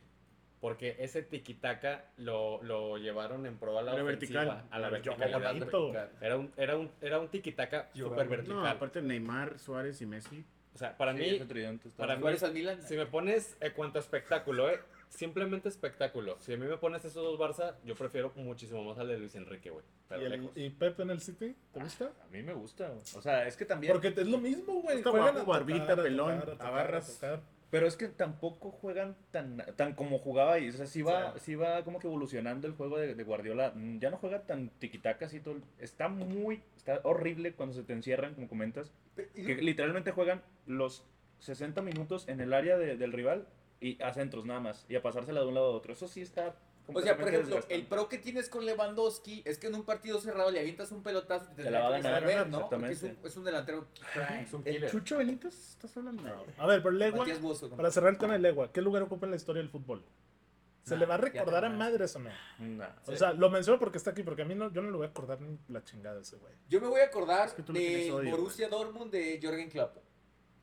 Speaker 2: Porque ese tiquitaca lo, lo llevaron en pro a la
Speaker 4: Era
Speaker 2: ofensiva,
Speaker 4: vertical.
Speaker 2: a la
Speaker 1: Yo
Speaker 2: verticalidad.
Speaker 1: bonito.
Speaker 2: Era un, era un, era un tiquitaca
Speaker 3: Yo
Speaker 2: súper
Speaker 4: No,
Speaker 2: vertical.
Speaker 4: aparte Neymar, Suárez y Messi.
Speaker 2: O sea, para
Speaker 5: Sí,
Speaker 2: mí,
Speaker 5: ese tridente está-
Speaker 2: para mí-
Speaker 3: Juárez al Milan.
Speaker 2: si me pones en cuanto a espectáculo, eh, simplemente espectáculo. Si a mí me pones esos dos Barça, yo prefiero muchísimo más al de Luis Enrique, güey. Pero
Speaker 1: ¿Y, el,
Speaker 2: lejos.
Speaker 1: ¿Y Pep en el City? ¿Te gusta?
Speaker 5: A mí me gusta, güey. O sea, es que también...
Speaker 1: Porque es lo mismo, güey.
Speaker 4: Está
Speaker 1: Juegan
Speaker 4: guapo,
Speaker 1: a tocar,
Speaker 4: barbita,
Speaker 1: a tocar,
Speaker 4: pelón,
Speaker 1: a tocar, a
Speaker 4: agarras.
Speaker 1: tocar.
Speaker 5: Pero es que tampoco juegan tan, tan como jugaba ahí. O sea, sí va,
Speaker 1: Sí.
Speaker 5: sí va como que evolucionando el juego de, de Guardiola. Mm, Ya no juega tan tiquitaca así todo. el- Está muy, está horrible cuando se te encierran, como comentas. Que literalmente juegan los 60 minutos en el área de- del rival y a centros nada más. Y a pasársela de un lado a otro. Eso sí está
Speaker 3: O sea, por
Speaker 5: completamente
Speaker 3: ejemplo, el
Speaker 5: desgastante.
Speaker 3: pro que tienes con Lewandowski es que en un partido cerrado le avientas un pelotazo y te
Speaker 5: Te la va a
Speaker 3: tendría que
Speaker 5: ganar,
Speaker 3: saber, ¿no? Porque
Speaker 5: exactamente.
Speaker 3: es un, es un delantero.
Speaker 6: Ah, Es un
Speaker 4: ¿El
Speaker 6: killer.
Speaker 4: Chucho Benítez? ¿Estás hablando?
Speaker 1: A ver, pero Legua,
Speaker 3: Matías Buzo, ¿no?
Speaker 1: para cerrar el tema de Legua, ¿qué lugar ocupa en la historia del fútbol? Se
Speaker 3: Nah,
Speaker 1: le va a
Speaker 3: ya
Speaker 1: recordar a
Speaker 3: nada.
Speaker 1: madres a mí.
Speaker 5: Nah.
Speaker 1: O sea, lo menciono porque está aquí, porque a mí no, yo no le voy a acordar ni la chingada de ese güey.
Speaker 3: Yo me voy a acordar
Speaker 4: Es que tú le tienes
Speaker 3: de
Speaker 4: odio,
Speaker 3: Borussia Dortmund de Jorgen Klopp.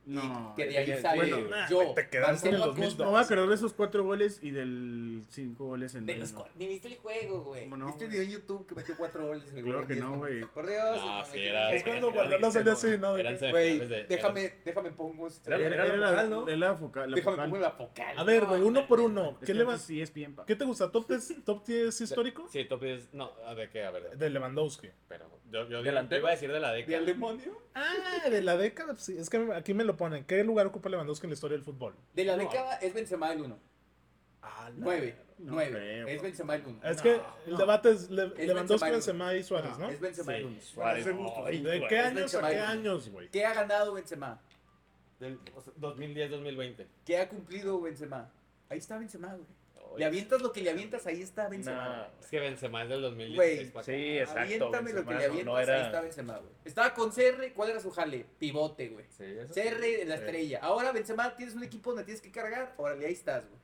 Speaker 4: No.
Speaker 3: que de ahí
Speaker 5: es-
Speaker 3: sale
Speaker 5: bueno,
Speaker 1: nah,
Speaker 3: yo,
Speaker 1: te quedaste en el
Speaker 3: Marcelo
Speaker 1: 2002.
Speaker 3: Acosta,
Speaker 4: No voy a acordar de esos cuatro goles y del cinco goles en
Speaker 3: de
Speaker 4: el-
Speaker 3: los cua- Ni viste el juego, güey.
Speaker 4: ¿Cómo no,
Speaker 3: viste el
Speaker 4: güey?
Speaker 3: video en YouTube que metió cuatro goles. güey,
Speaker 4: Claro
Speaker 3: en
Speaker 4: que
Speaker 3: diez
Speaker 4: no, güey.
Speaker 3: minutos. Por Dios.
Speaker 2: No,
Speaker 3: hermano,
Speaker 2: sí,
Speaker 3: que-
Speaker 2: era-
Speaker 1: Es cuando
Speaker 2: era-
Speaker 1: Guardiola
Speaker 2: era-
Speaker 1: salió así, ¿no? De
Speaker 2: Eran
Speaker 1: que-
Speaker 3: Güey,
Speaker 2: semifinales de-
Speaker 3: déjame, déjame pongo. este-
Speaker 4: Era,
Speaker 5: Era
Speaker 4: era
Speaker 5: local,
Speaker 4: la,
Speaker 5: ¿no?
Speaker 4: era la focal. La
Speaker 3: déjame
Speaker 4: focal.
Speaker 3: pongo la focal.
Speaker 1: A ver, güey,
Speaker 3: No,
Speaker 1: uno por uno.
Speaker 4: Es
Speaker 1: ¿Qué
Speaker 4: que
Speaker 1: le
Speaker 4: antes
Speaker 1: vas?
Speaker 4: Sí, es bien. pa-
Speaker 1: ¿Qué te gusta? ¿Top 10, top 10 histórico?
Speaker 2: Sí, top 10. No, ¿de qué? A ver,
Speaker 1: De Lewandowski.
Speaker 2: pero. Yo, yo,
Speaker 5: Delantero.
Speaker 2: yo iba a decir de la
Speaker 3: ¿Y al
Speaker 2: década.
Speaker 3: demonio?
Speaker 1: Ah, de la década. Sí, es que aquí me lo ponen. ¿Qué lugar ocupa Lewandowski en la historia del fútbol?
Speaker 3: De la
Speaker 2: No.
Speaker 3: década es Benzema el uno. Nueve.
Speaker 4: no
Speaker 3: Nueve.
Speaker 4: creo.
Speaker 3: Es Benzema el uno.
Speaker 1: Es que el debate es Le- Lewandowski,
Speaker 3: Benzema.
Speaker 1: Benzema y Suárez, ¿no?
Speaker 3: Es Benzema el uno.
Speaker 5: Suárez. Ay,
Speaker 1: ¿De
Speaker 5: güey.
Speaker 1: qué
Speaker 3: es
Speaker 1: años a
Speaker 3: Benzema,
Speaker 1: qué
Speaker 3: güey.
Speaker 1: años, güey?
Speaker 3: ¿Qué ha ganado Benzema?
Speaker 2: Del- o sea, 2010-2020.
Speaker 3: ¿Qué ha cumplido Benzema? Ahí está Benzema, güey.
Speaker 2: Oye,
Speaker 3: Le avientas lo que le avientas, ahí está Benzema.
Speaker 5: Nah.
Speaker 2: Es que Benzema es del 2016 para acá.
Speaker 5: Sí, exacto.
Speaker 3: Aviéntame lo que
Speaker 5: Benzema,
Speaker 3: le
Speaker 5: no,
Speaker 3: avientas,
Speaker 5: no
Speaker 3: ahí
Speaker 5: era-
Speaker 3: está Benzema, güey. Estaba con Cerre, ¿cuál era su jale? Pivote, güey.
Speaker 2: Sí, eso sí.
Speaker 3: Cerre en la estrella. Ahora, Benzema, tienes un equipo donde tienes que cargar. Órale, ahí estás, güey.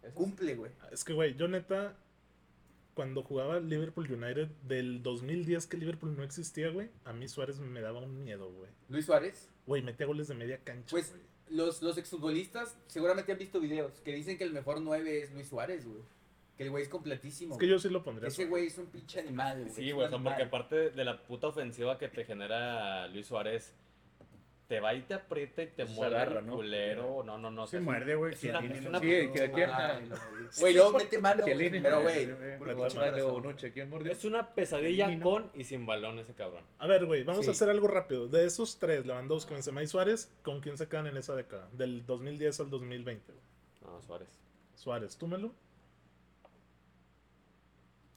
Speaker 2: Eso sí.
Speaker 3: Cumple, güey.
Speaker 1: Es que, güey, yo neta, cuando jugaba Liverpool United del 2010 que Liverpool no existía, güey, a mí Suárez me daba un miedo, güey.
Speaker 3: Luis Suárez.
Speaker 1: Güey, metía goles de media cancha,
Speaker 3: Pues-
Speaker 1: güey.
Speaker 3: Los, los exfutbolistas seguramente han visto videos que dicen que el mejor 9 es Luis Suárez, güey. Que el güey es completísimo.
Speaker 1: Es que
Speaker 3: güey.
Speaker 1: yo sí lo pondría.
Speaker 3: Ese
Speaker 1: Suárez.
Speaker 3: güey es un pinche animal, güey.
Speaker 2: Sí,
Speaker 3: Es
Speaker 2: güey, o
Speaker 3: un
Speaker 2: sea, porque
Speaker 3: animal.
Speaker 2: aparte de la puta ofensiva que te genera Luis Suárez, te va y te aprieta y te
Speaker 5: Se
Speaker 2: muerde
Speaker 5: agarra,
Speaker 2: el
Speaker 5: ¿no?
Speaker 2: culero. No, no, no. o
Speaker 4: Se
Speaker 2: sea,
Speaker 4: muerde, güey.
Speaker 2: es una- es una-
Speaker 6: Sí, que aquí
Speaker 3: Ah, Güey, luego mete mano,
Speaker 6: Que
Speaker 3: güey.
Speaker 6: Lini-
Speaker 3: Pero, güey.
Speaker 6: Porque va a
Speaker 1: Platichón.
Speaker 6: mandarle Bonucci, ¿quién mordió?
Speaker 2: Es una pesadilla
Speaker 4: Sí, ¿no?
Speaker 2: con y sin balón ese cabrón.
Speaker 1: A ver, güey, vamos
Speaker 3: Sí.
Speaker 1: a hacer algo rápido. De esos tres, Lewandowski, Benzema y Suárez, ¿con quién se quedan en esa década? Del 2010 al 2020, güey.
Speaker 2: No, Suárez.
Speaker 1: Suárez, túmelo.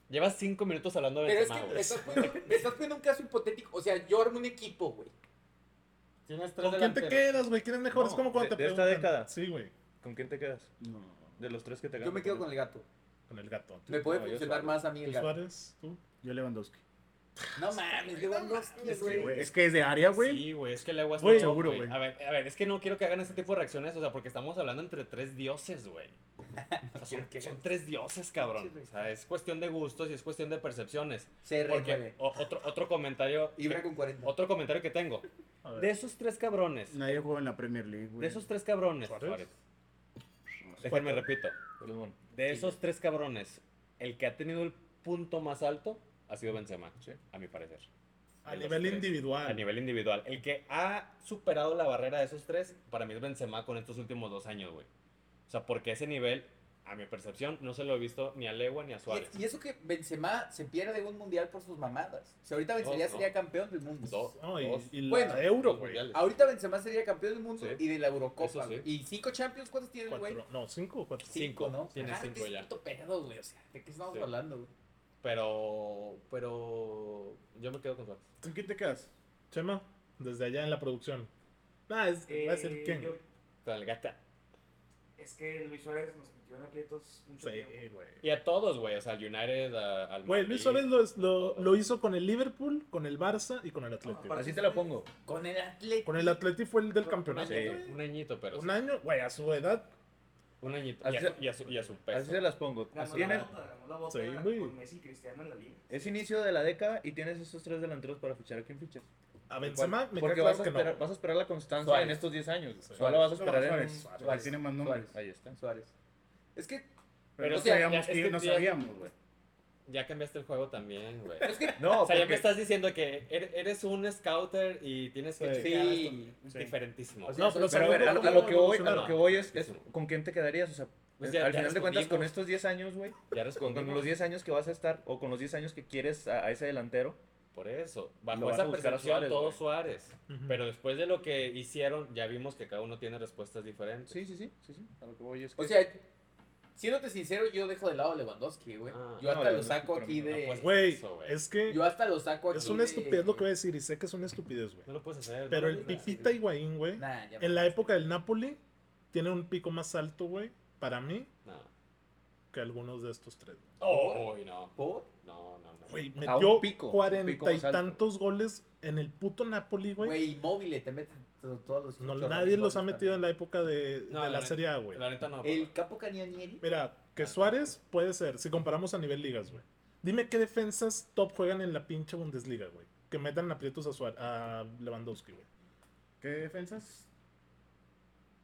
Speaker 2: Llevas cinco minutos hablando de
Speaker 3: Pero es
Speaker 2: Benzema,
Speaker 3: que
Speaker 2: güey.
Speaker 3: me estás poniendo, me estás poniendo un caso hipotético. O sea, yo armo un equipo, güey.
Speaker 6: Tienes tres
Speaker 1: ¿Con quién te
Speaker 6: delanteros.
Speaker 1: quedas, güey? ¿Quién es mejor?
Speaker 6: No,
Speaker 1: es como cuando
Speaker 5: de-
Speaker 1: te
Speaker 5: de esta
Speaker 1: preguntan.
Speaker 5: década.
Speaker 1: Sí, güey,
Speaker 5: ¿Con quién te quedas? De los tres que te
Speaker 3: Yo me quedo con el gato.
Speaker 1: con el gato.
Speaker 3: Me puede
Speaker 6: No, yo
Speaker 3: funcionar
Speaker 6: Suárez.
Speaker 3: más a mí el
Speaker 1: ¿Tú,
Speaker 3: gato.
Speaker 1: Suárez? ¿Tú?
Speaker 4: Yo Lewandowski.
Speaker 3: No mames, Lewandowski,
Speaker 4: Sí, güey,
Speaker 3: güey.
Speaker 4: Es que es de área, güey.
Speaker 2: Sí, güey, es que el agua es
Speaker 1: Güey,
Speaker 2: un shock,
Speaker 4: seguro,
Speaker 2: güey.
Speaker 4: güey.
Speaker 2: A ver, a ver, es que no quiero que hagan ese tipo de reacciones, o sea, porque estamos hablando entre tres dioses, güey. O sea,
Speaker 3: Quiero que-
Speaker 2: son, son tres dioses, cabrón. O sea, es cuestión de gustos y es cuestión de percepciones. Porque
Speaker 3: CR9.
Speaker 2: o- otro, otro comentario.
Speaker 3: Ibra con 40.
Speaker 2: Otro comentario que tengo.
Speaker 1: A ver.
Speaker 2: De esos tres cabrones.
Speaker 4: Nadie jugó en la Premier League, güey.
Speaker 2: De esos tres cabrones.
Speaker 1: ¿Suárez?
Speaker 2: Suárez. Déjenme repito. De esos tres cabrones, el que ha tenido el punto más alto ha sido Benzema, a mi parecer.
Speaker 1: A
Speaker 2: de los
Speaker 1: nivel
Speaker 2: tres.
Speaker 1: individual.
Speaker 2: A nivel individual. El que ha superado la barrera de esos tres, para mí es Benzema con estos últimos dos años, güey. O sea, porque ese nivel, a mi percepción, no se lo he visto ni a Legua ni a Suárez.
Speaker 3: Y, y eso que Benzema se pierde un mundial por sus mamadas. Si ahorita Benzema
Speaker 2: Dos, Oh, ¿no?
Speaker 3: sería campeón del mundo.
Speaker 2: Dos.
Speaker 1: No, y,
Speaker 2: dos,
Speaker 1: y la
Speaker 3: Bueno,
Speaker 1: euro,
Speaker 2: dos
Speaker 1: güey.
Speaker 2: mundiales.
Speaker 3: Ahorita Benzema sería campeón del mundo
Speaker 2: Sí.
Speaker 3: y de la Eurocopa.
Speaker 2: Eso sí.
Speaker 3: güey. Y cinco Champions, ¿cuántos tiene el güey?
Speaker 1: Cuatro- no, cinco o cuatro.
Speaker 2: Cinco, tiene
Speaker 3: Ah,
Speaker 2: cinco
Speaker 3: ¿qué es
Speaker 2: ya.
Speaker 3: puto pedo, güey? O sea, ¿de qué estamos
Speaker 2: Sí.
Speaker 3: hablando, güey?
Speaker 2: Pero, pero, yo me quedo con Suárez.
Speaker 4: ¿Con quién te quedas?
Speaker 1: Chema, desde allá en la producción. Ah, es,
Speaker 7: Eh,
Speaker 1: va a ser quién.
Speaker 7: yo-
Speaker 2: Con el gata.
Speaker 7: es que Luis Suárez nos metió en aprietos mucho tiempo.
Speaker 1: Sí, güey.
Speaker 2: Y a todos, güey. O sea, al United, a- al
Speaker 1: Güey, Luis Suárez
Speaker 2: Madrid.
Speaker 1: lo, lo- lo hizo con el Liverpool, con el Barça y con el Atlético.
Speaker 7: Aparte,
Speaker 6: Así te la pongo.
Speaker 3: Con el Atlético.
Speaker 1: Con el Atlético fue el del
Speaker 2: Un
Speaker 1: campeonato.
Speaker 2: añito,
Speaker 1: güey.
Speaker 2: un añito, pero. sí.
Speaker 1: Un año, güey, a su edad.
Speaker 2: Un añito.
Speaker 6: Así
Speaker 2: Y a,
Speaker 6: se-
Speaker 2: su- y a su, y a su
Speaker 3: Pues,
Speaker 2: peso.
Speaker 6: Así se las pongo.
Speaker 7: ganó
Speaker 6: Tienen-
Speaker 7: la bota, ganó la bota
Speaker 1: Sí, güey.
Speaker 7: con Messi y Cristiano en la liga.
Speaker 6: es inicio de la década y tienes esos tres delanteros para fichar a quién fichas.
Speaker 1: A Benzema me queda
Speaker 6: Porque
Speaker 1: claro
Speaker 6: vas a,
Speaker 1: que no.
Speaker 6: esperar, vas a esperar la constancia
Speaker 3: Suárez.
Speaker 6: en estos 10 años.
Speaker 1: Suárez.
Speaker 6: Solo vas a
Speaker 4: No,
Speaker 6: esperar en-
Speaker 4: Suárez. Suárez tiene más nombres.
Speaker 3: Suárez.
Speaker 6: Ahí está.
Speaker 3: Suárez. Es que,
Speaker 4: Pero
Speaker 2: o
Speaker 4: no
Speaker 2: sea, ya- es
Speaker 4: sabíamos, que-
Speaker 2: que
Speaker 4: no
Speaker 2: ya-
Speaker 4: sabíamos, güey.
Speaker 2: Ya cambiaste el juego también, güey.
Speaker 3: es que
Speaker 6: No,
Speaker 2: O sea, ya me
Speaker 6: porque-
Speaker 2: estás diciendo que er- eres un scouter y tienes que
Speaker 1: Sí.
Speaker 2: checar esto.
Speaker 3: Sí.
Speaker 2: Es
Speaker 1: Sí.
Speaker 2: diferentísimo.
Speaker 3: O sea,
Speaker 2: güey.
Speaker 1: No, pero,
Speaker 6: Pero a
Speaker 1: sabiendo
Speaker 6: ver, a,
Speaker 1: cómo
Speaker 6: a lo que voy, a
Speaker 1: evolucionaron.
Speaker 6: lo que voy es, es con quién te quedarías. O sea, eh,
Speaker 2: Pues ya-
Speaker 6: al
Speaker 2: ya
Speaker 6: final de cuentas, con
Speaker 2: respondimos.
Speaker 6: estos 10 años, güey,
Speaker 2: ya
Speaker 6: con,
Speaker 2: respondimos
Speaker 6: con los 10 años que vas a estar, o con los 10 años que quieres a, a ese delantero,
Speaker 2: Por eso.
Speaker 6: Lo
Speaker 2: Bajo
Speaker 6: vas a
Speaker 2: esa
Speaker 6: buscar a
Speaker 2: percepción,
Speaker 6: Suárez,
Speaker 2: todo
Speaker 6: güey.
Speaker 2: Suárez.
Speaker 1: Ujú.
Speaker 2: Pero después de lo que hicieron, ya vimos que cada uno tiene respuestas diferentes.
Speaker 6: sí, sí, sí, sí, sí, a lo que voy es que...
Speaker 3: O sea, siéndote sincero, yo dejo de lado a Lewandowski, güey.
Speaker 2: Ah,
Speaker 3: yo
Speaker 6: no,
Speaker 3: hasta lo
Speaker 6: Lewandowski
Speaker 3: saco
Speaker 6: para
Speaker 3: aquí
Speaker 6: mí no,
Speaker 3: de.
Speaker 2: pues,
Speaker 1: Güey,
Speaker 2: Eso, güey.
Speaker 1: es que
Speaker 3: yo hasta lo saco aquí.
Speaker 1: es una
Speaker 3: de-
Speaker 1: estupidez lo que voy a decir y sé que es una estupidez,
Speaker 2: No
Speaker 1: güey.
Speaker 2: lo puedes hacer.
Speaker 1: Pero
Speaker 2: no lo
Speaker 1: el
Speaker 2: puedes hacer.
Speaker 1: Pipita Higuaín, güey,
Speaker 3: Nah, ya me-
Speaker 1: en la época del Napoli, tiene un pico más alto, güey, para mí,
Speaker 2: No.
Speaker 1: que algunos de estos tres.
Speaker 2: Uy, no.
Speaker 3: ¿Por?
Speaker 2: No, no, no.
Speaker 1: Güey,
Speaker 3: A un
Speaker 1: metió
Speaker 3: pico,
Speaker 1: cuarenta
Speaker 6: pico
Speaker 1: y
Speaker 6: más alto.
Speaker 1: tantos goles en el puto Napoli, güey.
Speaker 3: Güey, inmóvil, te meten to- todos los.
Speaker 1: No,
Speaker 3: ocho
Speaker 1: nadie los ha
Speaker 3: goles
Speaker 1: metido en la época de,
Speaker 2: No,
Speaker 1: de la
Speaker 2: la-
Speaker 1: Serie A, güey.
Speaker 2: La neta no.
Speaker 3: también. El Capo Canionieri.
Speaker 1: Mira, que Suárez puede ser, si comparamos a nivel ligas, güey. Dime qué defensas top juegan en la pinche Bundesliga, güey. Que metan aprietos a, Suárez, a Lewandowski, güey.
Speaker 4: ¿Qué defensas?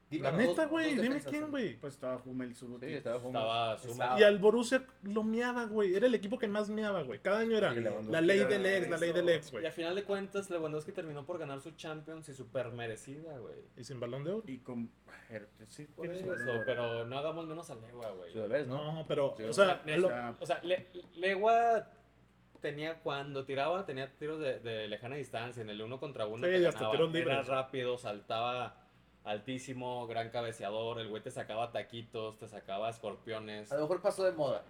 Speaker 3: Dime
Speaker 1: La
Speaker 3: dos-
Speaker 1: neta,
Speaker 3: dos
Speaker 1: güey, dime
Speaker 3: defensas,
Speaker 1: quién, güey.
Speaker 4: Pues estaba Hummel, Subotic.
Speaker 6: Sí, estaba jugando.
Speaker 2: Estaba suma.
Speaker 1: Y al Borussia lo meaba, güey. Era el equipo que más meaba, güey. Cada año era
Speaker 5: Sí, Lewandowski
Speaker 1: la ley
Speaker 7: era
Speaker 1: del ex, la ley del ex,
Speaker 2: Y
Speaker 1: güey.
Speaker 2: a final de cuentas, Lewandowski terminó por ganar su Champions y super merecida, güey.
Speaker 1: Y sin balón de oro.
Speaker 4: Y con. er, Sí,
Speaker 2: Por
Speaker 4: tienes
Speaker 2: eso,
Speaker 4: razón.
Speaker 2: pero no hagamos menos a Legua, güey.
Speaker 6: Su vez, ¿no?
Speaker 1: No, pero,
Speaker 6: Sí,
Speaker 1: o sea,
Speaker 2: Le-
Speaker 1: lo-
Speaker 4: Ah,
Speaker 2: O sea, Le- Legua tenía cuando tiraba, tenía tiros de, de lejana distancia, en el uno contra uno.
Speaker 1: Sí,
Speaker 2: te
Speaker 1: y hasta
Speaker 2: ganaba.
Speaker 1: tiros libres.
Speaker 2: Era rápido, saltaba altísimo, gran cabeceador, el güey te sacaba taquitos, te sacaba escorpiones.
Speaker 3: A lo mejor pasó de moda.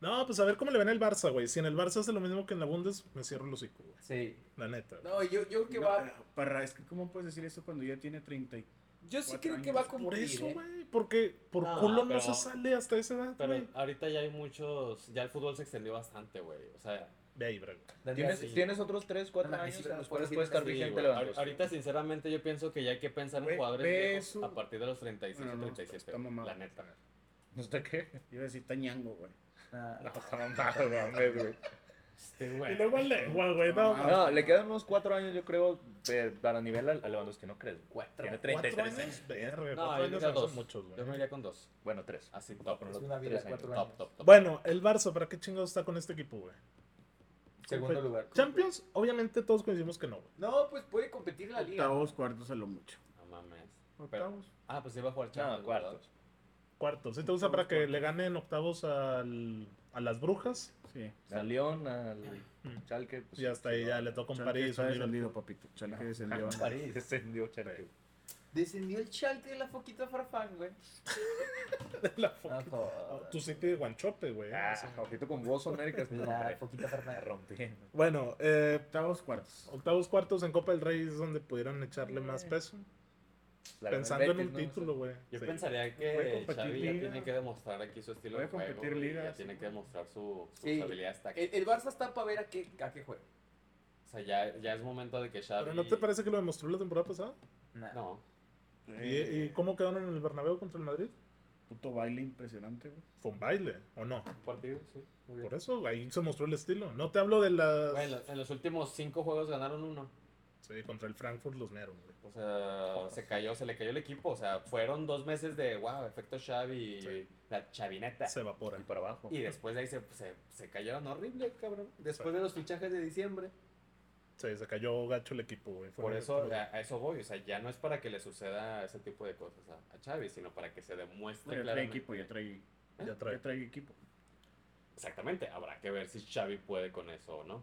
Speaker 1: no, pues a ver cómo le ven el Barça, güey. Si en el Barça hace lo mismo que en la Bundes, me cierro el hocico, güey.
Speaker 3: Sí.
Speaker 1: La neta. güey.
Speaker 3: No, yo, yo creo que
Speaker 4: No,
Speaker 3: va.
Speaker 4: pero, Parra, es que ¿cómo puedes decir eso cuando ya tiene 30 y...
Speaker 3: Yo sí
Speaker 4: cuatro
Speaker 3: creo que
Speaker 4: años.
Speaker 3: va a
Speaker 1: por
Speaker 3: cumplir.
Speaker 1: eso,
Speaker 3: ¿eh?
Speaker 1: güey. Porque por
Speaker 2: No,
Speaker 1: culo no
Speaker 2: pero-
Speaker 1: se sale hasta esa edad,
Speaker 2: Pero
Speaker 1: güey.
Speaker 2: ahorita ya hay muchos, ya el fútbol se extendió bastante, güey. O sea,
Speaker 1: Ve ahí, bro.
Speaker 6: ¿Tienes,
Speaker 2: Sí.
Speaker 6: tienes otros 3, 4
Speaker 3: Ah, sí,
Speaker 6: años
Speaker 3: pero
Speaker 6: en los
Speaker 3: por
Speaker 6: cuales
Speaker 3: decir
Speaker 6: puede estar
Speaker 3: así,
Speaker 2: sí,
Speaker 6: vigente
Speaker 2: güey.
Speaker 6: Lewandowski.
Speaker 2: Ahor- ahorita sinceramente yo pienso que ya hay que pensar en
Speaker 4: Güey,
Speaker 2: jugadores
Speaker 4: ve
Speaker 2: viejos
Speaker 4: eso.
Speaker 2: a partir de los 36
Speaker 4: Bueno,
Speaker 2: o
Speaker 4: no,
Speaker 2: 37,
Speaker 4: está
Speaker 2: güey,
Speaker 4: mamado.
Speaker 2: la neta.
Speaker 6: ¿No está qué?
Speaker 4: Iba a decir tañango, güey.
Speaker 3: Ah,
Speaker 2: Este,
Speaker 1: Y
Speaker 2: güey.
Speaker 1: luego al Legua, güey. No,
Speaker 4: Ah,
Speaker 6: No, le quedan unos 4 años, yo creo, de- para nivel a a Lewandowski, ¿no crees?
Speaker 3: Cuatro.
Speaker 6: Tiene
Speaker 1: cuatro
Speaker 6: 33 años.
Speaker 1: años, verga.
Speaker 2: No,
Speaker 1: Cuatro
Speaker 2: yo
Speaker 1: años
Speaker 2: diría
Speaker 1: no son
Speaker 2: dos.
Speaker 1: muchos,
Speaker 2: Yo me
Speaker 1: güey.
Speaker 2: iría con dos.
Speaker 6: Bueno, 3.
Speaker 2: Así, top,
Speaker 3: Es
Speaker 2: top,
Speaker 3: una vida
Speaker 6: tres
Speaker 3: de
Speaker 6: años.
Speaker 3: cuatro años.
Speaker 2: top, top.
Speaker 1: Bueno, el Barça, ¿para qué chingados está con este equipo, güey? Pues,
Speaker 3: Segundo lugar.
Speaker 1: Champions, obviamente todos coincidimos que no, güey.
Speaker 3: No, pues puede competir en la liga.
Speaker 4: Octavos, cuartos a lo mucho.
Speaker 2: No mames.
Speaker 4: Octavos.
Speaker 2: Ah, pues iba a jugar Champions.
Speaker 6: No,
Speaker 2: ¿verdad?
Speaker 6: cuartos.
Speaker 1: Cuartos. ¿Sí te gusta para que le ganen octavos al, a las brujas?
Speaker 4: Sí.
Speaker 6: Al León, al
Speaker 1: Mm.
Speaker 6: Chalque. Pues,
Speaker 1: Y hasta ahí ya le toca un
Speaker 4: Chalke
Speaker 1: París,
Speaker 4: está
Speaker 1: un Liverpool.
Speaker 4: descendido, papito. Chalke descendió.
Speaker 6: París descendió Chalque.
Speaker 3: Descendió el Chalke de la foquita farfán, güey.
Speaker 1: La
Speaker 3: No
Speaker 1: fucking-
Speaker 3: jodas.
Speaker 1: Tu City de Guanchope, güey.
Speaker 6: Ah,
Speaker 1: O sea,
Speaker 6: ojito con vos, América. sí,
Speaker 3: La
Speaker 6: hombre,
Speaker 3: foquita
Speaker 6: la
Speaker 3: farfán.
Speaker 6: rompí.
Speaker 1: Bueno, eh,
Speaker 4: Octavos, cuartos.
Speaker 1: octavos, cuartos en Copa del Rey es donde pudieran echarle más peso.
Speaker 6: La ganó el
Speaker 1: Pensando en
Speaker 6: Betis,
Speaker 1: un
Speaker 6: ¿no?
Speaker 1: título, güey.
Speaker 2: Yo
Speaker 1: Sí.
Speaker 2: pensaría
Speaker 4: Puede
Speaker 2: que
Speaker 4: competir
Speaker 2: Xavi ya
Speaker 4: liga.
Speaker 2: tiene que demostrar aquí su estilo
Speaker 4: Puede
Speaker 2: de juego.
Speaker 4: competir
Speaker 2: güey,
Speaker 4: liga,
Speaker 2: ya
Speaker 4: sí.
Speaker 2: tiene que demostrar su, sus
Speaker 3: Sí.
Speaker 2: habilidades
Speaker 3: El,
Speaker 6: Eh.
Speaker 2: tácticas.
Speaker 3: el Barça está para ver a qué, a qué juega.
Speaker 2: O sea, ya, ya es momento de que Xavi...
Speaker 1: ¿Pero no te parece que lo demostró la temporada pasada?
Speaker 3: Nah.
Speaker 2: No.
Speaker 4: Eh,
Speaker 1: ¿Y, y cómo quedaron en el Bernabéu contra el Madrid?
Speaker 4: Puto baile impresionante, güey.
Speaker 1: Fue un baile, ¿o no?
Speaker 2: Un partido, sí. Muy bien.
Speaker 1: Por eso, ahí se mostró el estilo. No te hablo de las...
Speaker 2: Güey, en los- en los últimos cinco juegos ganaron uno.
Speaker 1: Sí, contra el Frankfurt los mearon, güey.
Speaker 2: O sea, se cayó, se le cayó el equipo. O sea, fueron dos meses de, wow, efecto Xavi,
Speaker 1: Sí.
Speaker 2: la chavineta.
Speaker 1: Se evapora.
Speaker 6: Y para abajo.
Speaker 2: Y después de ahí se, se, se cayeron horrible, cabrón. Después de los fichajes de diciembre.
Speaker 1: Sí, se cayó gacho el equipo, güey. Fue
Speaker 2: Por
Speaker 1: una-
Speaker 2: eso, a, a eso voy, o sea, ya no es para que le suceda ese tipo de cosas a, a Xavi, sino para que se demuestre
Speaker 4: Ya trae
Speaker 2: claramente.
Speaker 4: equipo, ya trae,
Speaker 1: Ya trae.
Speaker 4: ya trae equipo.
Speaker 2: Exactamente, habrá que ver si Xavi puede con eso o no.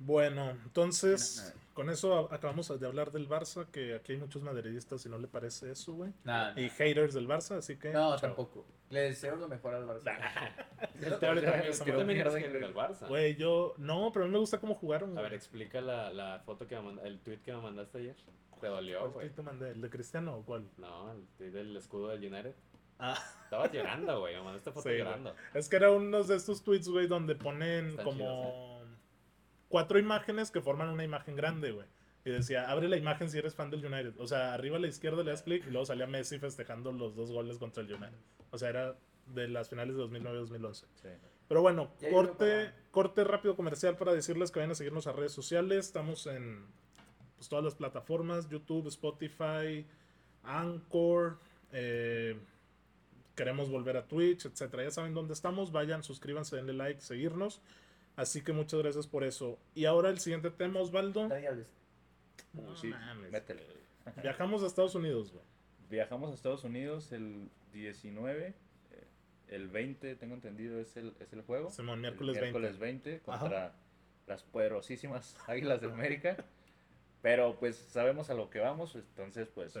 Speaker 1: Bueno, entonces,
Speaker 4: Mira,
Speaker 1: con eso a- acabamos de hablar del Barça, que aquí hay muchos madridistas y no le parece eso, güey.
Speaker 2: Ah.
Speaker 3: Nah,
Speaker 1: Y haters del Barça, así que...
Speaker 3: No,
Speaker 1: chao.
Speaker 3: tampoco. Le deseo lo mejor al Barça.
Speaker 2: El
Speaker 6: Pero también
Speaker 2: también
Speaker 6: es
Speaker 2: es
Speaker 6: que-
Speaker 2: que el Barça.
Speaker 1: Güey, yo... No, pero a mí me gusta cómo jugaron,
Speaker 2: A
Speaker 1: güey.
Speaker 2: ver, explica la, la foto que me manda- el tweet que me mandaste ayer. ¿Te dolió,
Speaker 1: ¿Cuál
Speaker 2: güey?
Speaker 1: tweet te mandé? ¿El de Cristiano o cuál?
Speaker 2: No, el tweet del escudo del United.
Speaker 1: Ah,
Speaker 2: Estabas llorando, güey, me mandaste foto
Speaker 1: Sí, güey.
Speaker 2: llorando.
Speaker 1: es que era uno de estos tweets, güey, donde ponen
Speaker 2: Están
Speaker 1: como...
Speaker 2: chidos, ¿eh?
Speaker 1: Cuatro imágenes que forman una imagen grande, güey. Y decía, abre la imagen si eres fan del United. O sea, arriba a la izquierda le das clic y luego salía Messi festejando los dos goles contra el United. O sea, era de las finales de 2009-2011.
Speaker 6: Sí.
Speaker 1: Pero bueno,
Speaker 3: Ya llegó
Speaker 1: corte,
Speaker 3: para-
Speaker 1: corte rápido comercial para decirles que vayan a seguirnos a redes sociales. Estamos en pues, todas las plataformas, YouTube, Spotify, Anchor. eh, queremos volver a Twitch, etcétera. Ya saben dónde estamos. Vayan, suscríbanse, denle like, seguirnos. Así que muchas gracias por eso. Y ahora el siguiente tema, Osvaldo.
Speaker 3: Nadie hables.
Speaker 1: No
Speaker 6: sí,
Speaker 1: mames.
Speaker 6: Métele.
Speaker 1: Viajamos a Estados Unidos, güey.
Speaker 5: Viajamos a Estados Unidos el 19, eh, el 20, tengo entendido, es el, es el juego.
Speaker 1: Simón,
Speaker 5: El
Speaker 1: miércoles 20.
Speaker 5: miércoles 20 contra las poderosísimas Águilas del América. Pero pues sabemos a lo que vamos, entonces pues
Speaker 1: Sí,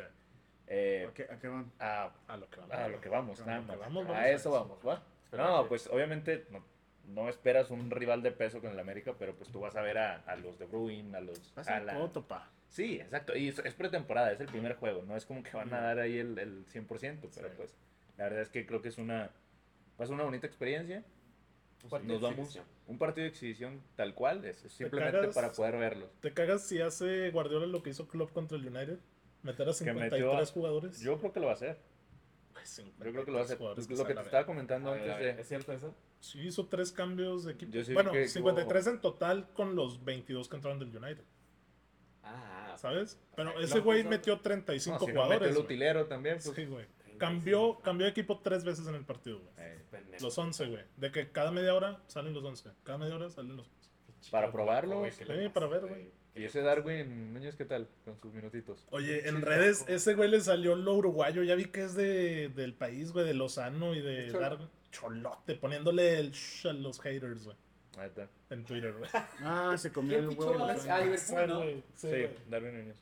Speaker 5: eh,
Speaker 4: ¿A qué, a qué van?
Speaker 5: a,
Speaker 1: a lo que vamos.
Speaker 5: a lo que
Speaker 1: A
Speaker 5: vamos,
Speaker 1: lo
Speaker 5: nada
Speaker 1: que
Speaker 5: más.
Speaker 1: vamos, vamos
Speaker 5: a
Speaker 1: a
Speaker 5: eso
Speaker 1: eso.
Speaker 5: vamos, ¿va? No, pues obviamente no, no esperas un rival de peso con el América, pero pues tú vas a ver a, a los de Bruin, a los
Speaker 1: Ah,
Speaker 4: Vas a
Speaker 5: Haaland.
Speaker 4: Coto, pa.
Speaker 5: Sí, exacto. Y es, es pretemporada, es el primer juego. No es como que van a dar ahí el, el 100%, pero
Speaker 1: Sí.
Speaker 5: pues la verdad es que creo que es una Va a ser una bonita experiencia.
Speaker 2: partido
Speaker 5: Nos
Speaker 2: de
Speaker 5: vamos.
Speaker 2: exhibición.
Speaker 5: Un partido de exhibición tal cual, es es simplemente
Speaker 1: cagas?
Speaker 5: para poder verlos.
Speaker 1: ¿Te cagas si hace Guardiola lo que hizo Klopp contra el United? Meter a
Speaker 5: Que metió
Speaker 1: 53
Speaker 5: a-
Speaker 1: jugadores.
Speaker 5: Yo creo que lo va a hacer.
Speaker 1: Ay,
Speaker 5: Yo creo que lo va
Speaker 1: 53
Speaker 5: a hacer. Lo
Speaker 1: jugadores
Speaker 5: que
Speaker 1: salen
Speaker 5: te
Speaker 1: a
Speaker 5: estaba
Speaker 1: ver.
Speaker 5: comentando
Speaker 2: A ver, a
Speaker 5: antes
Speaker 2: ver,
Speaker 5: de.
Speaker 2: ¿Es cierto eso?
Speaker 1: Sí, hizo tres cambios de equipo.
Speaker 5: Yo sí vi
Speaker 1: bueno,
Speaker 5: que- que
Speaker 1: 53 en total con los 22 que entraron del United,
Speaker 2: Ah,
Speaker 1: ¿sabes? Pero
Speaker 2: Klopp
Speaker 1: ese güey
Speaker 2: hizo-
Speaker 1: metió 35
Speaker 5: pues No, si no metió
Speaker 1: jugadores.
Speaker 5: el
Speaker 1: güey.
Speaker 5: utilero también. pues,
Speaker 1: Sí, güey.
Speaker 2: 35.
Speaker 1: Cambió, cambió de equipo tres veces en el partido, güey.
Speaker 5: eh,
Speaker 2: pendejo.
Speaker 1: Los 11, güey. De que cada media hora salen los 11. Cada media hora salen los 11.
Speaker 5: para probarlo.
Speaker 2: Güey, ¿qué le
Speaker 1: Sí,
Speaker 2: pasa,
Speaker 1: para ver, güey.
Speaker 5: Y ese Darwin Muñoz, ¿qué tal? Con sus minutitos.
Speaker 1: Oye, en
Speaker 7: Sí,
Speaker 1: redes,
Speaker 7: loco.
Speaker 1: ese güey le salió lo uruguayo. Ya vi que es de, del país, güey, de Lozano y de
Speaker 3: Es cholo.
Speaker 1: Dar Cholote, poniéndole el sh a los haters, güey.
Speaker 5: Ahí está.
Speaker 1: En Twitter, güey.
Speaker 4: Ah, se comió
Speaker 3: ¿Quién
Speaker 4: el
Speaker 3: fichó
Speaker 4: huevo.
Speaker 3: a a Liverpool, no?
Speaker 1: Güey, sí,
Speaker 5: Sí,
Speaker 1: güey,
Speaker 5: Darwin Muñoz.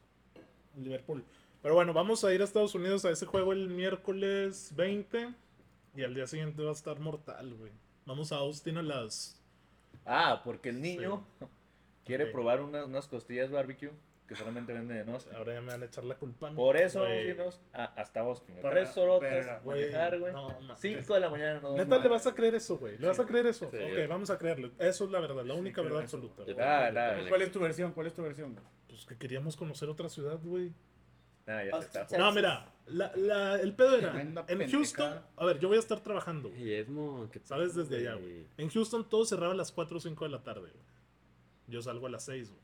Speaker 1: en Liverpool. Pero bueno, vamos a ir a Estados Unidos a ese juego el miércoles 20. Y al día siguiente va a estar mortal, güey. Vamos a Austin a las.
Speaker 5: Ah, porque el niño quiere
Speaker 1: Ok.
Speaker 5: probar una- unas costillas barbecue que solamente venden en Austin.
Speaker 1: Ahora ya me van a echar la culpa. a mí,
Speaker 5: Por eso vamos
Speaker 1: Ah, güey.
Speaker 5: a irnos a- hasta Austin.
Speaker 7: Para-
Speaker 5: Tres sorotas,
Speaker 7: verga,
Speaker 1: Güey,
Speaker 5: manejar, güey.
Speaker 1: no, mames.
Speaker 5: Cinco de la mañana. nos
Speaker 1: Neta,
Speaker 5: vamos
Speaker 1: ¿le vas a creer eso, güey? ¿Le vas a creer eso?
Speaker 2: Sí,
Speaker 1: ok,
Speaker 2: yo-
Speaker 1: vamos a creerle. Eso es la verdad, la
Speaker 7: Sí,
Speaker 1: única
Speaker 7: creo
Speaker 1: verdad
Speaker 7: eso.
Speaker 1: absoluta.
Speaker 2: Yo
Speaker 1: güey.
Speaker 5: Ah,
Speaker 2: también,
Speaker 5: la-
Speaker 2: yo
Speaker 4: Pues, ¿Cuál
Speaker 2: también.
Speaker 4: es tu versión? ¿Cuál es tu versión?
Speaker 1: Pues que queríamos conocer otra ciudad, güey.
Speaker 5: Nah, Ah, ya se está.
Speaker 1: No, mira, la- la- el pedo era,
Speaker 4: Tremenda
Speaker 1: en
Speaker 4: pendejada.
Speaker 1: Houston, a ver, yo voy a estar trabajando. güey.
Speaker 2: Ey, Edmond, ¿qué tal,
Speaker 1: ¿Sabes? Desde allá, En Houston todo cerraba a las 4 o 5 de la tarde, güey. Yo salgo a las 6, güey.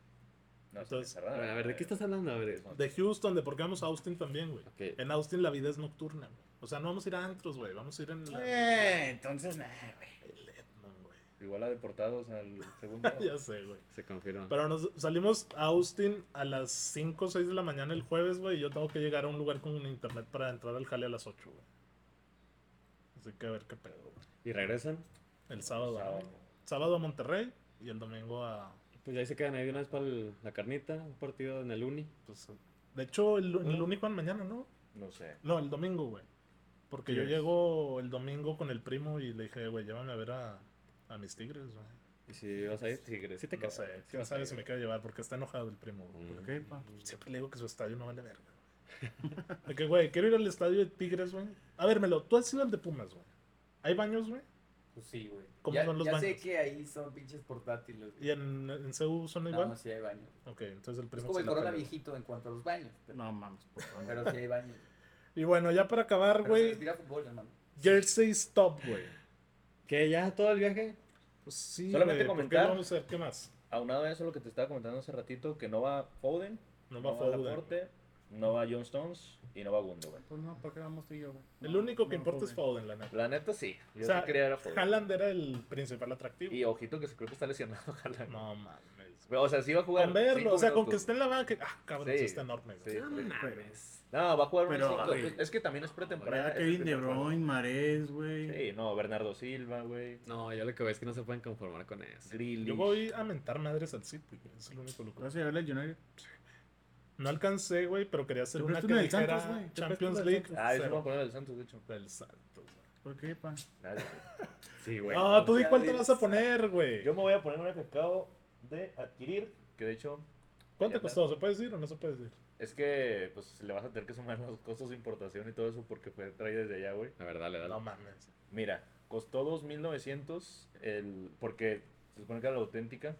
Speaker 5: No,
Speaker 1: Entonces,
Speaker 5: está cerrada.
Speaker 2: A ver, a ver, ¿de qué estás hablando? A ver, Edmond.
Speaker 1: De Houston, de por qué vamos a Austin también, güey.
Speaker 2: Ok.
Speaker 1: En Austin la vida es nocturna, güey. O sea, no vamos a ir a antros, güey. Vamos a ir en la...
Speaker 4: Eh, entonces, nah, güey.
Speaker 1: el Edmond, güey.
Speaker 5: Igual a deportados al segundo.
Speaker 1: Ya sé, güey.
Speaker 2: Se confirma.
Speaker 1: Pero nos salimos a Austin a las 5 o 6 de la mañana el jueves, güey. y Yo tengo que llegar a un lugar con internet para entrar al jale a las 8, güey. Así que a ver qué pedo, güey.
Speaker 2: ¿Y regresan?
Speaker 1: El sábado, ¿no?
Speaker 5: Sábado.
Speaker 1: sábado. a Monterrey y el domingo a.
Speaker 2: Pues ahí se quedan ahí de una vez para el- la carnita, un partido en el uni.
Speaker 1: pues, de hecho, el, lu- el
Speaker 2: Mm.
Speaker 1: lunes van mañana, ¿no?
Speaker 5: No sé.
Speaker 1: No, el domingo, güey. Porque yo
Speaker 5: Sí.
Speaker 1: llego el domingo con el primo y le dije, güey, llévame a ver a, a mis tigres, güey.
Speaker 2: Y si vas a ir, si regresas, sí te
Speaker 1: No
Speaker 2: quedas.
Speaker 1: sé, quién sabe si me quiero llevar porque está enojado el primo, güey.
Speaker 2: Mm.
Speaker 4: ¿Qué, pa?
Speaker 1: Siempre le digo que su estadio no vale verga. güey. De que, güey, quiero ir al estadio de Tigres, güey. A ver, Melo, tú has ido al de Pumas, güey. ¿Hay baños, güey?
Speaker 3: Pues sí, güey.
Speaker 1: ¿Cómo
Speaker 3: ya,
Speaker 1: son los
Speaker 3: ya sé
Speaker 1: baños?
Speaker 3: que ahí son pinches portátiles. güey.
Speaker 1: ¿Y en, en CU son
Speaker 3: No,
Speaker 1: igual?
Speaker 3: no, sí hay baños.
Speaker 1: Ok, entonces el
Speaker 3: Es
Speaker 1: primo
Speaker 3: como
Speaker 1: se
Speaker 3: el
Speaker 1: la
Speaker 3: corona
Speaker 1: peló.
Speaker 3: viejito en cuanto a los baños. Pero,
Speaker 4: No mames, por favor.
Speaker 3: pero sí hay baños.
Speaker 1: Y bueno, ya para acabar,
Speaker 3: Pero se
Speaker 1: güey,
Speaker 3: respira fútbol, hermano.
Speaker 1: Jersey Stop, güey.
Speaker 2: ¿Qué? ¿Ya todo el viaje?
Speaker 1: Pues sí,
Speaker 5: Solamente
Speaker 1: güey, ¿por qué
Speaker 5: comentar.
Speaker 1: no vamos a ver qué más.
Speaker 5: Aunado a eso, lo que te estaba comentando hace ratito, que no va Foden,
Speaker 1: No
Speaker 5: no
Speaker 1: va
Speaker 5: va,
Speaker 1: a Foden.
Speaker 5: Laporte, no va John Stones y no va Gundogan.
Speaker 4: Pues no, ¿para qué vamos tú y yo, güey?
Speaker 1: El
Speaker 4: No,
Speaker 1: único que
Speaker 4: no,
Speaker 1: importa
Speaker 4: güey.
Speaker 1: es Foden, la neta.
Speaker 5: La neta, sí. Yo
Speaker 1: O sea,
Speaker 5: sí quería ver a Foden.
Speaker 1: Haaland era el principal atractivo.
Speaker 5: Y ojito que se creo que está lesionado Haaland.
Speaker 1: No mames.
Speaker 5: O sea, sí va a jugar.
Speaker 1: Con verlo,
Speaker 5: cinco
Speaker 1: o sea, con
Speaker 5: minutos.
Speaker 1: que esté en la banca. Ah, cabrón,
Speaker 5: Sí,
Speaker 1: sí está enorme, güey.
Speaker 5: Sí, sí.
Speaker 4: Pero-
Speaker 5: No, va a jugar
Speaker 4: Pero,
Speaker 5: unos cinco.
Speaker 4: güey,
Speaker 5: Es que también es pretemporada.
Speaker 4: Vea
Speaker 5: es
Speaker 4: Kevin De
Speaker 5: pretemporada.
Speaker 4: Bruyne, Marés, güey.
Speaker 5: Sí, no, Bernardo Silva, güey.
Speaker 2: No, yo lo que veo es que no se pueden conformar con eso.
Speaker 5: Grealish.
Speaker 1: Yo voy a mentar madres al City, güey, es el único lucro.
Speaker 4: ¿Vas a llevarle al United?
Speaker 1: No alcancé, güey, pero quería hacer
Speaker 4: Te
Speaker 1: una
Speaker 4: presto
Speaker 1: que
Speaker 4: una del
Speaker 1: dijera
Speaker 4: Santos, güey. Te presto una
Speaker 1: Champions
Speaker 4: del
Speaker 1: League.
Speaker 4: Santos.
Speaker 5: Ah, eso lo voy a
Speaker 1: cero.
Speaker 5: poner del Santos, de hecho.
Speaker 1: Del Santos, güey.
Speaker 4: ¿Por qué, pa?
Speaker 5: Nadie.
Speaker 2: Sí, güey.
Speaker 1: Ah, tú di
Speaker 3: ya
Speaker 1: cuál te
Speaker 3: del
Speaker 1: vas a poner, güey.
Speaker 5: Yo me voy a poner una que acabo de adquirir, que de hecho
Speaker 1: ¿Cuánto
Speaker 5: ya
Speaker 1: costó? ¿Se puede decir o no se puede decir?
Speaker 5: es que pues le vas a tener que sumar los costos de importación y todo eso porque fue traída desde allá, güey.
Speaker 2: A ver, dale, dale.
Speaker 1: No mames.
Speaker 5: Mira, costó 2.900 el, porque se supone que era la auténtica,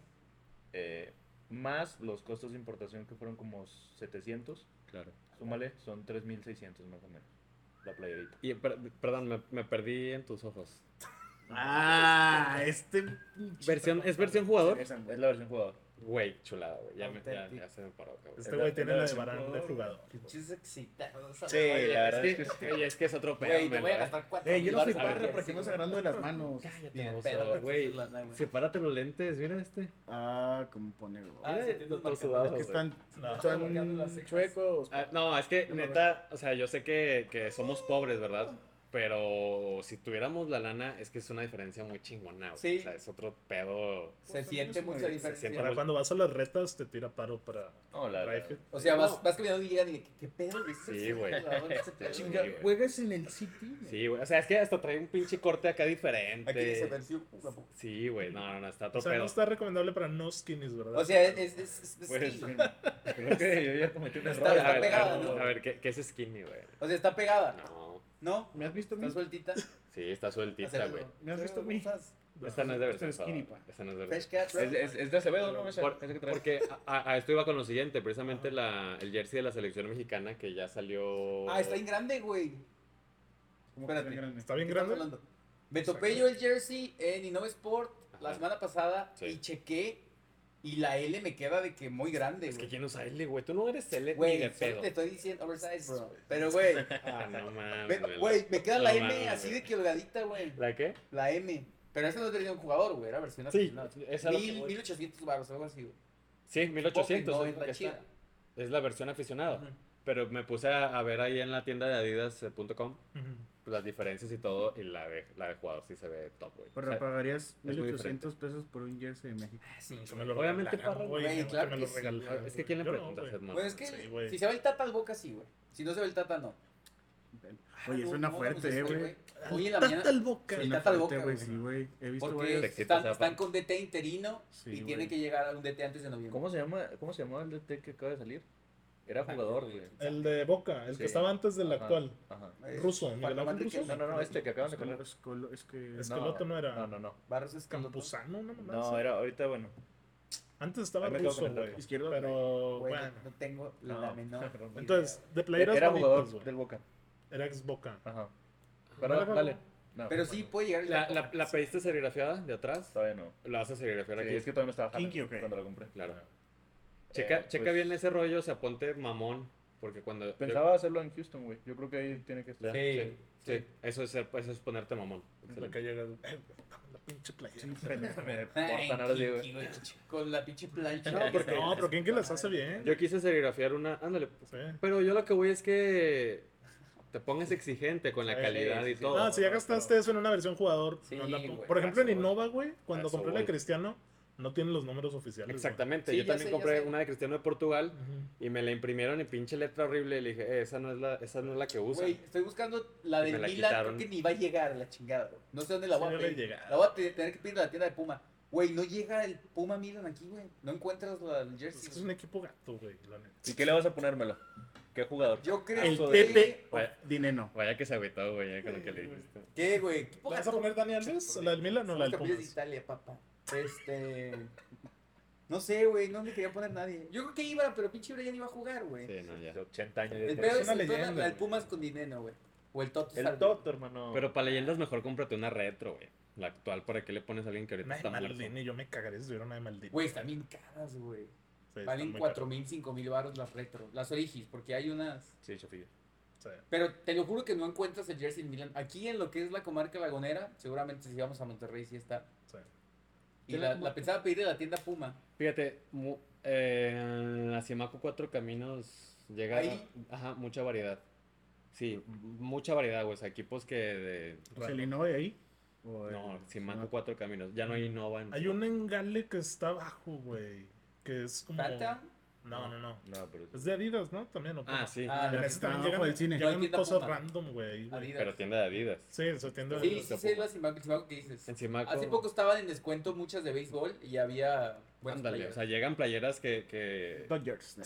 Speaker 5: eh, más los costos de importación que fueron como 700,
Speaker 2: Claro.
Speaker 5: súmale, son 3.600 más o menos, la playerita.
Speaker 2: Y, per- perdón, me, me perdí en tus ojos.
Speaker 4: Ah, este.
Speaker 2: Versión- ¿es versión jugador?
Speaker 5: Es la versión jugador.
Speaker 2: Güey, chulada, güey. Ya, me- ya,
Speaker 3: Auténtico.
Speaker 2: ya se me paró, cabrón.
Speaker 1: Este
Speaker 5: la-
Speaker 1: güey
Speaker 5: es
Speaker 1: tiene
Speaker 5: la
Speaker 1: la de
Speaker 5: versión
Speaker 1: Barán de
Speaker 5: pro.
Speaker 1: jugador.
Speaker 3: Pinches excitados.
Speaker 5: Sí, la verdad es que sí.
Speaker 2: Oye, es que es otro pedo.
Speaker 3: Güey, te
Speaker 2: men,
Speaker 3: voy a
Speaker 2: ¿verdad?
Speaker 3: gastar cuatro.
Speaker 4: Eh, yo no soy
Speaker 3: dólares,
Speaker 4: padre,
Speaker 3: güey,
Speaker 4: ¿para qué
Speaker 3: sí,
Speaker 4: no se
Speaker 3: güey.
Speaker 4: agarrando de las manos?
Speaker 2: Cállate,
Speaker 3: Tiene
Speaker 2: mozo,
Speaker 3: pedo,
Speaker 2: güey.
Speaker 3: la- la- güey.
Speaker 2: Sepárate los lentes, mira este.
Speaker 4: Ah, como pone, güey.
Speaker 3: Ah,
Speaker 2: Mira,
Speaker 3: sí, tienes
Speaker 2: todo
Speaker 3: marcado.
Speaker 2: sudado,
Speaker 4: Es que
Speaker 2: güey.
Speaker 4: están,
Speaker 1: No.
Speaker 4: están
Speaker 3: marcando las cejas.
Speaker 4: chuecos.
Speaker 2: Ah, no, es que
Speaker 4: Yo me
Speaker 2: neta, o sea, yo sé que, que somos pobres, ¿verdad? Pero si tuviéramos la lana, es que es una diferencia muy chingona, güey.
Speaker 3: Sí.
Speaker 2: O sea, es otro pedo.
Speaker 3: Se siente mucha
Speaker 2: siente-
Speaker 3: diferencia.
Speaker 1: Para cuando vas a las retas te tira paro para
Speaker 5: No, la, la-
Speaker 1: Rayfield.
Speaker 3: O sea, vas, vas caminando y llegan y de que, qué pedo, güey. Este
Speaker 2: Sí, güey.
Speaker 3: jugador, este pedo,
Speaker 2: Sí,
Speaker 3: güey.
Speaker 4: Chinga,
Speaker 2: güey.
Speaker 4: ¿Juegas en el City?
Speaker 2: Sí, güey. O sea, es que hasta trae un pinche corte acá
Speaker 3: Aquí pues, dice
Speaker 2: diferente.
Speaker 3: versión. guapo.
Speaker 2: Sí, güey. No, no, no, está otro
Speaker 1: O sea, no
Speaker 2: pedo.
Speaker 1: está recomendable para no skinnies, ¿verdad?
Speaker 3: O sea, es. es, es- es
Speaker 5: Pues,
Speaker 3: skinny.
Speaker 5: creo que yo ya cometí un
Speaker 3: Está-
Speaker 5: error.
Speaker 3: está
Speaker 2: a ver,
Speaker 3: pegada,
Speaker 2: a ver,
Speaker 3: ¿no?
Speaker 2: a ver, ¿qué, qué es skinny, güey?
Speaker 3: O sea, está pegada.
Speaker 2: No.
Speaker 3: ¿No?
Speaker 4: ¿Me has visto a mí?
Speaker 3: ¿Estás sueltita?
Speaker 2: Sí, está sueltita, güey.
Speaker 4: ¿Me has visto a mí?
Speaker 3: ¿Estás?
Speaker 2: Esta no es de
Speaker 4: Esto
Speaker 2: verdad.
Speaker 4: es skinny, pa.
Speaker 2: Esta no es de verdad.
Speaker 3: Fresh Cat,
Speaker 5: Es, es- es de Acevedo, ¿no? Esa-
Speaker 2: Por-
Speaker 5: esa que traes.
Speaker 2: porque a, a esto iba con lo siguiente, precisamente la, el jersey de la selección mexicana que ya salió...
Speaker 3: Ah, está bien grande, güey.
Speaker 4: ¿Cómo que tan
Speaker 3: Espérate.
Speaker 4: grande?
Speaker 1: Está bien
Speaker 3: ¿Qué estamos
Speaker 1: grande.
Speaker 3: hablando? Me topé yo el jersey en Innova Sport la
Speaker 2: Ajá.
Speaker 3: semana pasada
Speaker 2: Sí.
Speaker 3: y chequé y la L me queda de que muy grande,
Speaker 2: Es que
Speaker 3: güey.
Speaker 2: quién usa L, güey. Tú no eres L ni
Speaker 3: Güey,
Speaker 2: de
Speaker 3: solo
Speaker 2: pedo.
Speaker 3: te estoy diciendo oversize, bro. Pero, güey,
Speaker 2: Ah, no
Speaker 3: me-
Speaker 2: mames.
Speaker 3: güey, me queda la
Speaker 2: No
Speaker 3: M
Speaker 2: mames,
Speaker 3: así
Speaker 2: güey.
Speaker 3: de que holgadita, güey.
Speaker 2: ¿La qué?
Speaker 3: La M. Pero esa no es de un jugador, güey. Era versión
Speaker 2: Sí,
Speaker 3: nacional.
Speaker 2: esa es la que
Speaker 3: Mil-
Speaker 2: voy.
Speaker 3: 1800 baros, algo así, güey.
Speaker 2: Sí, 1800.
Speaker 3: No,
Speaker 2: es
Speaker 3: es
Speaker 2: la,
Speaker 3: la
Speaker 2: que está.
Speaker 3: chida.
Speaker 2: Es la versión aficionada.
Speaker 3: Ujú.
Speaker 2: Pero me puse a, a ver ahí en la tienda de adidas.com
Speaker 1: Ujú.
Speaker 2: pues, las diferencias y todo. Y la de, la de jugador sí se ve top, güey.
Speaker 4: Pues
Speaker 2: O sea,
Speaker 4: pagarías
Speaker 2: muy
Speaker 4: 1800 pesos por un jersey de México.
Speaker 1: Que Ah, me lo
Speaker 2: Obviamente,
Speaker 1: regalaran,
Speaker 2: Parra,
Speaker 1: güey,
Speaker 3: güey,
Speaker 1: que
Speaker 3: claro
Speaker 1: me
Speaker 3: que
Speaker 1: lo
Speaker 3: sí.
Speaker 1: regalaran,
Speaker 2: es que quién le
Speaker 1: güey. Yo
Speaker 2: pregunta,
Speaker 1: no, güey.
Speaker 3: Güey, Pues es que
Speaker 1: Sí, güey.
Speaker 3: si se va el tata al boca, sí, güey. Si no se va el tata, no.
Speaker 4: Oye,
Speaker 3: No,
Speaker 4: suena
Speaker 3: no,
Speaker 4: fuerte,
Speaker 3: pues,
Speaker 4: eh,
Speaker 3: este,
Speaker 4: güey.
Speaker 3: Hoy en la mañana.
Speaker 4: Suena
Speaker 3: El Tata al
Speaker 4: fuerte,
Speaker 3: Boca,
Speaker 4: güey,
Speaker 3: güey.
Speaker 4: sí, güey. He visto
Speaker 3: Porque
Speaker 4: varios.
Speaker 2: Te excitas,
Speaker 3: están,
Speaker 2: Zapa.
Speaker 3: están con DT interino
Speaker 4: Sí,
Speaker 3: y
Speaker 4: güey.
Speaker 3: tienen que llegar a un DT antes de noviembre.
Speaker 5: ¿Cómo se llama, cómo se llamaba el DT que acaba de salir? Era jugador, güey.
Speaker 1: El de Boca, el
Speaker 5: Sí.
Speaker 1: que estaba antes del
Speaker 5: Ajá,
Speaker 1: actual.
Speaker 5: Ajá.
Speaker 3: Eh,
Speaker 1: Ruso, Miguel
Speaker 3: Juan
Speaker 1: Ángel
Speaker 3: Manrique,
Speaker 1: Russo.
Speaker 5: No, no, no, este que acaban de poner.
Speaker 4: Es colo- es que.
Speaker 1: Es- Escaloto no era.
Speaker 5: No, no, no.
Speaker 3: Barros Escaloto.
Speaker 1: Campuzano, una mamá
Speaker 5: No,
Speaker 1: así.
Speaker 5: era ahorita, bueno.
Speaker 1: Antes estaba
Speaker 5: Ahí me quedo
Speaker 1: Russo,
Speaker 5: con el
Speaker 1: güey.
Speaker 5: dato.
Speaker 4: Izquierdo,
Speaker 1: Pero
Speaker 3: Güey,
Speaker 1: bueno.
Speaker 3: no tengo
Speaker 5: No.
Speaker 3: la menor.
Speaker 1: Entonces, de playeras
Speaker 5: Era
Speaker 1: bonitas,
Speaker 5: jugador
Speaker 1: güey.
Speaker 5: del Boca.
Speaker 1: Era ex Boca.
Speaker 5: Ajá.
Speaker 1: No
Speaker 5: Pero
Speaker 1: la cagó.
Speaker 5: dale. No,
Speaker 3: Pero sí puede llegar el
Speaker 2: ¿La,
Speaker 3: Tata.
Speaker 2: la, la pediste serigrafiada de atrás?
Speaker 5: Todavía no.
Speaker 2: La vas a serigrafiar
Speaker 5: Sí,
Speaker 2: aquí.
Speaker 5: es que todavía no estaba
Speaker 4: Kinky,
Speaker 5: jalando
Speaker 4: ¿o qué?
Speaker 5: cuando la compré.
Speaker 2: Claro.
Speaker 5: Eh,
Speaker 2: Checa, checa
Speaker 5: pues,
Speaker 2: bien ese rollo, o sea, ponte mamón. Porque cuando.
Speaker 5: Pensaba hacerlo en Houston, güey. Yo creo que ahí tiene que estar.
Speaker 2: ¿verdad?
Speaker 3: Sí,
Speaker 2: sí, sí. Eso, es, ser- eso es ponerte mamón.
Speaker 1: Es la que llega. eh, güey, dame la pinche playera.
Speaker 5: Me
Speaker 3: Ay,
Speaker 5: portan ahora sí,
Speaker 3: Kiki, güey,
Speaker 5: güey.
Speaker 3: Con la pinche plancha.
Speaker 1: No, porque- no, pero ¿quién que las hace bien?
Speaker 2: Yo quise serigrafiar una. Ándale.
Speaker 1: Sí.
Speaker 2: Pero yo lo que voy es que te pongas exigente con la
Speaker 1: Sí,
Speaker 2: calidad y
Speaker 5: sí.
Speaker 2: todo.
Speaker 1: Ah, si ya gastaste eso en una versión jugador.
Speaker 3: Sí,
Speaker 1: no la pon-
Speaker 3: güey,
Speaker 1: Por ejemplo, en
Speaker 2: eso, güey.
Speaker 1: Innova, güey, cuando
Speaker 2: Eso,
Speaker 1: compré la de
Speaker 2: güey.
Speaker 1: Cristiano, no tienen los números oficiales. güey.
Speaker 2: Exactamente.
Speaker 3: Sí,
Speaker 2: yo
Speaker 3: ya
Speaker 2: también
Speaker 3: sé, ya
Speaker 2: compré
Speaker 3: sé.
Speaker 2: una de Cristiano de Portugal
Speaker 1: Ujú.
Speaker 2: y me la imprimieron en pinche letra horrible. Y le dije, eh, esa no es la, esa no es la que usan.
Speaker 3: Güey, estoy buscando la
Speaker 2: Y me
Speaker 3: del
Speaker 2: la
Speaker 3: Milan,
Speaker 2: quitaron.
Speaker 3: creo que ni va a llegar la chingada. güey. No sé dónde la
Speaker 1: Sí,
Speaker 3: voy a
Speaker 1: debe
Speaker 3: pedir.
Speaker 1: llegar.
Speaker 3: La voy a te- tener que pedir a la tienda de Puma. Güey, no llega el Puma Milan aquí, güey. No encuentras la el
Speaker 1: Es
Speaker 3: jersey.
Speaker 1: que es un equipo gato, güey. la neta.
Speaker 5: ¿Y qué le vas a ponérmelo? ¿Qué jugador?
Speaker 3: Yo creo
Speaker 4: El
Speaker 3: que...
Speaker 4: Tete
Speaker 2: Vaya,
Speaker 4: Dineno.
Speaker 2: vaya que se agüitó, güey, ya con lo que le dijiste.
Speaker 3: ¿Qué, güey? ¿Qué
Speaker 1: ¿La vas a poner Dani Alves? ¿La del Milan o
Speaker 3: Son
Speaker 1: la
Speaker 3: los
Speaker 1: del
Speaker 3: campeones de
Speaker 1: Pumas?
Speaker 3: Italia, papá. Este. No sé, güey, no le quería poner nadie. Yo creo que iba, pero pinche Brian iba a jugar, güey.
Speaker 2: Sí, no, ya.
Speaker 5: De 80 años.
Speaker 3: el
Speaker 5: después.
Speaker 3: peor
Speaker 1: es
Speaker 3: es
Speaker 1: una
Speaker 3: el
Speaker 1: leyenda,
Speaker 3: Tottenham, el
Speaker 1: güey.
Speaker 3: Pumas con dinero, güey. O el Toto.
Speaker 5: El
Speaker 3: Sarri.
Speaker 5: Toto, hermano.
Speaker 2: Pero para leyendas, mejor cómprate una retro, güey. La actual, ¿para qué le pones a alguien que ahorita
Speaker 1: Una de
Speaker 2: está muerto?
Speaker 1: Maldini, yo me cagaré si tuviera una de Maldini.
Speaker 3: Güey, están bien caras, güey.
Speaker 1: Sí, está
Speaker 3: Valen
Speaker 1: muy
Speaker 3: cuatro mil, cinco mil baros las retro. Las origis, porque hay unas.
Speaker 5: Sí, Chofillo.
Speaker 1: caro, sí.
Speaker 3: Pero te lo juro que no encuentras el Jersey en Milan. Aquí en lo que es la comarca lagunera, seguramente si vamos a Monterrey sí está.
Speaker 1: Sí.
Speaker 3: Y la, la pensaba pedir de la tienda Puma.
Speaker 2: Fíjate, mu- eh, la Simaco Cuatro Caminos llega
Speaker 3: Ahí.
Speaker 2: ajá, mucha variedad. Sí, m- mucha variedad, güey. O sea, equipos que de.
Speaker 4: ¿Se le innova de ahí? ¿O eh,
Speaker 2: No,
Speaker 4: el-
Speaker 2: Simaco
Speaker 4: no?
Speaker 2: Cuatro Caminos. Ya no innovan.
Speaker 1: Hay un engale que está abajo, güey. Que es como.
Speaker 3: ¿Tata?
Speaker 1: No, no, no.
Speaker 2: No, pero.
Speaker 1: Es de Adidas, ¿no? También, ¿no?
Speaker 2: Ah, sí.
Speaker 3: Ah,
Speaker 1: En ese
Speaker 3: la
Speaker 4: que está
Speaker 1: también
Speaker 4: abajo
Speaker 1: llegan,
Speaker 4: del cine.
Speaker 1: llegan
Speaker 3: No, hay tienda
Speaker 1: cosas
Speaker 3: Puma.
Speaker 1: random, güey. güey.
Speaker 3: Adidas.
Speaker 2: Pero tienda de Adidas.
Speaker 1: Sí, eso tiende
Speaker 3: Sí,
Speaker 1: a...
Speaker 3: sí, sí, es la Simaco, Simaco que dices.
Speaker 2: En Simaco.
Speaker 3: Hace poco estaban en descuento muchas de béisbol y había. buenas
Speaker 2: Ándale, o
Speaker 3: playeras.
Speaker 2: sea, llegan playeras que. que...
Speaker 4: Dodgers.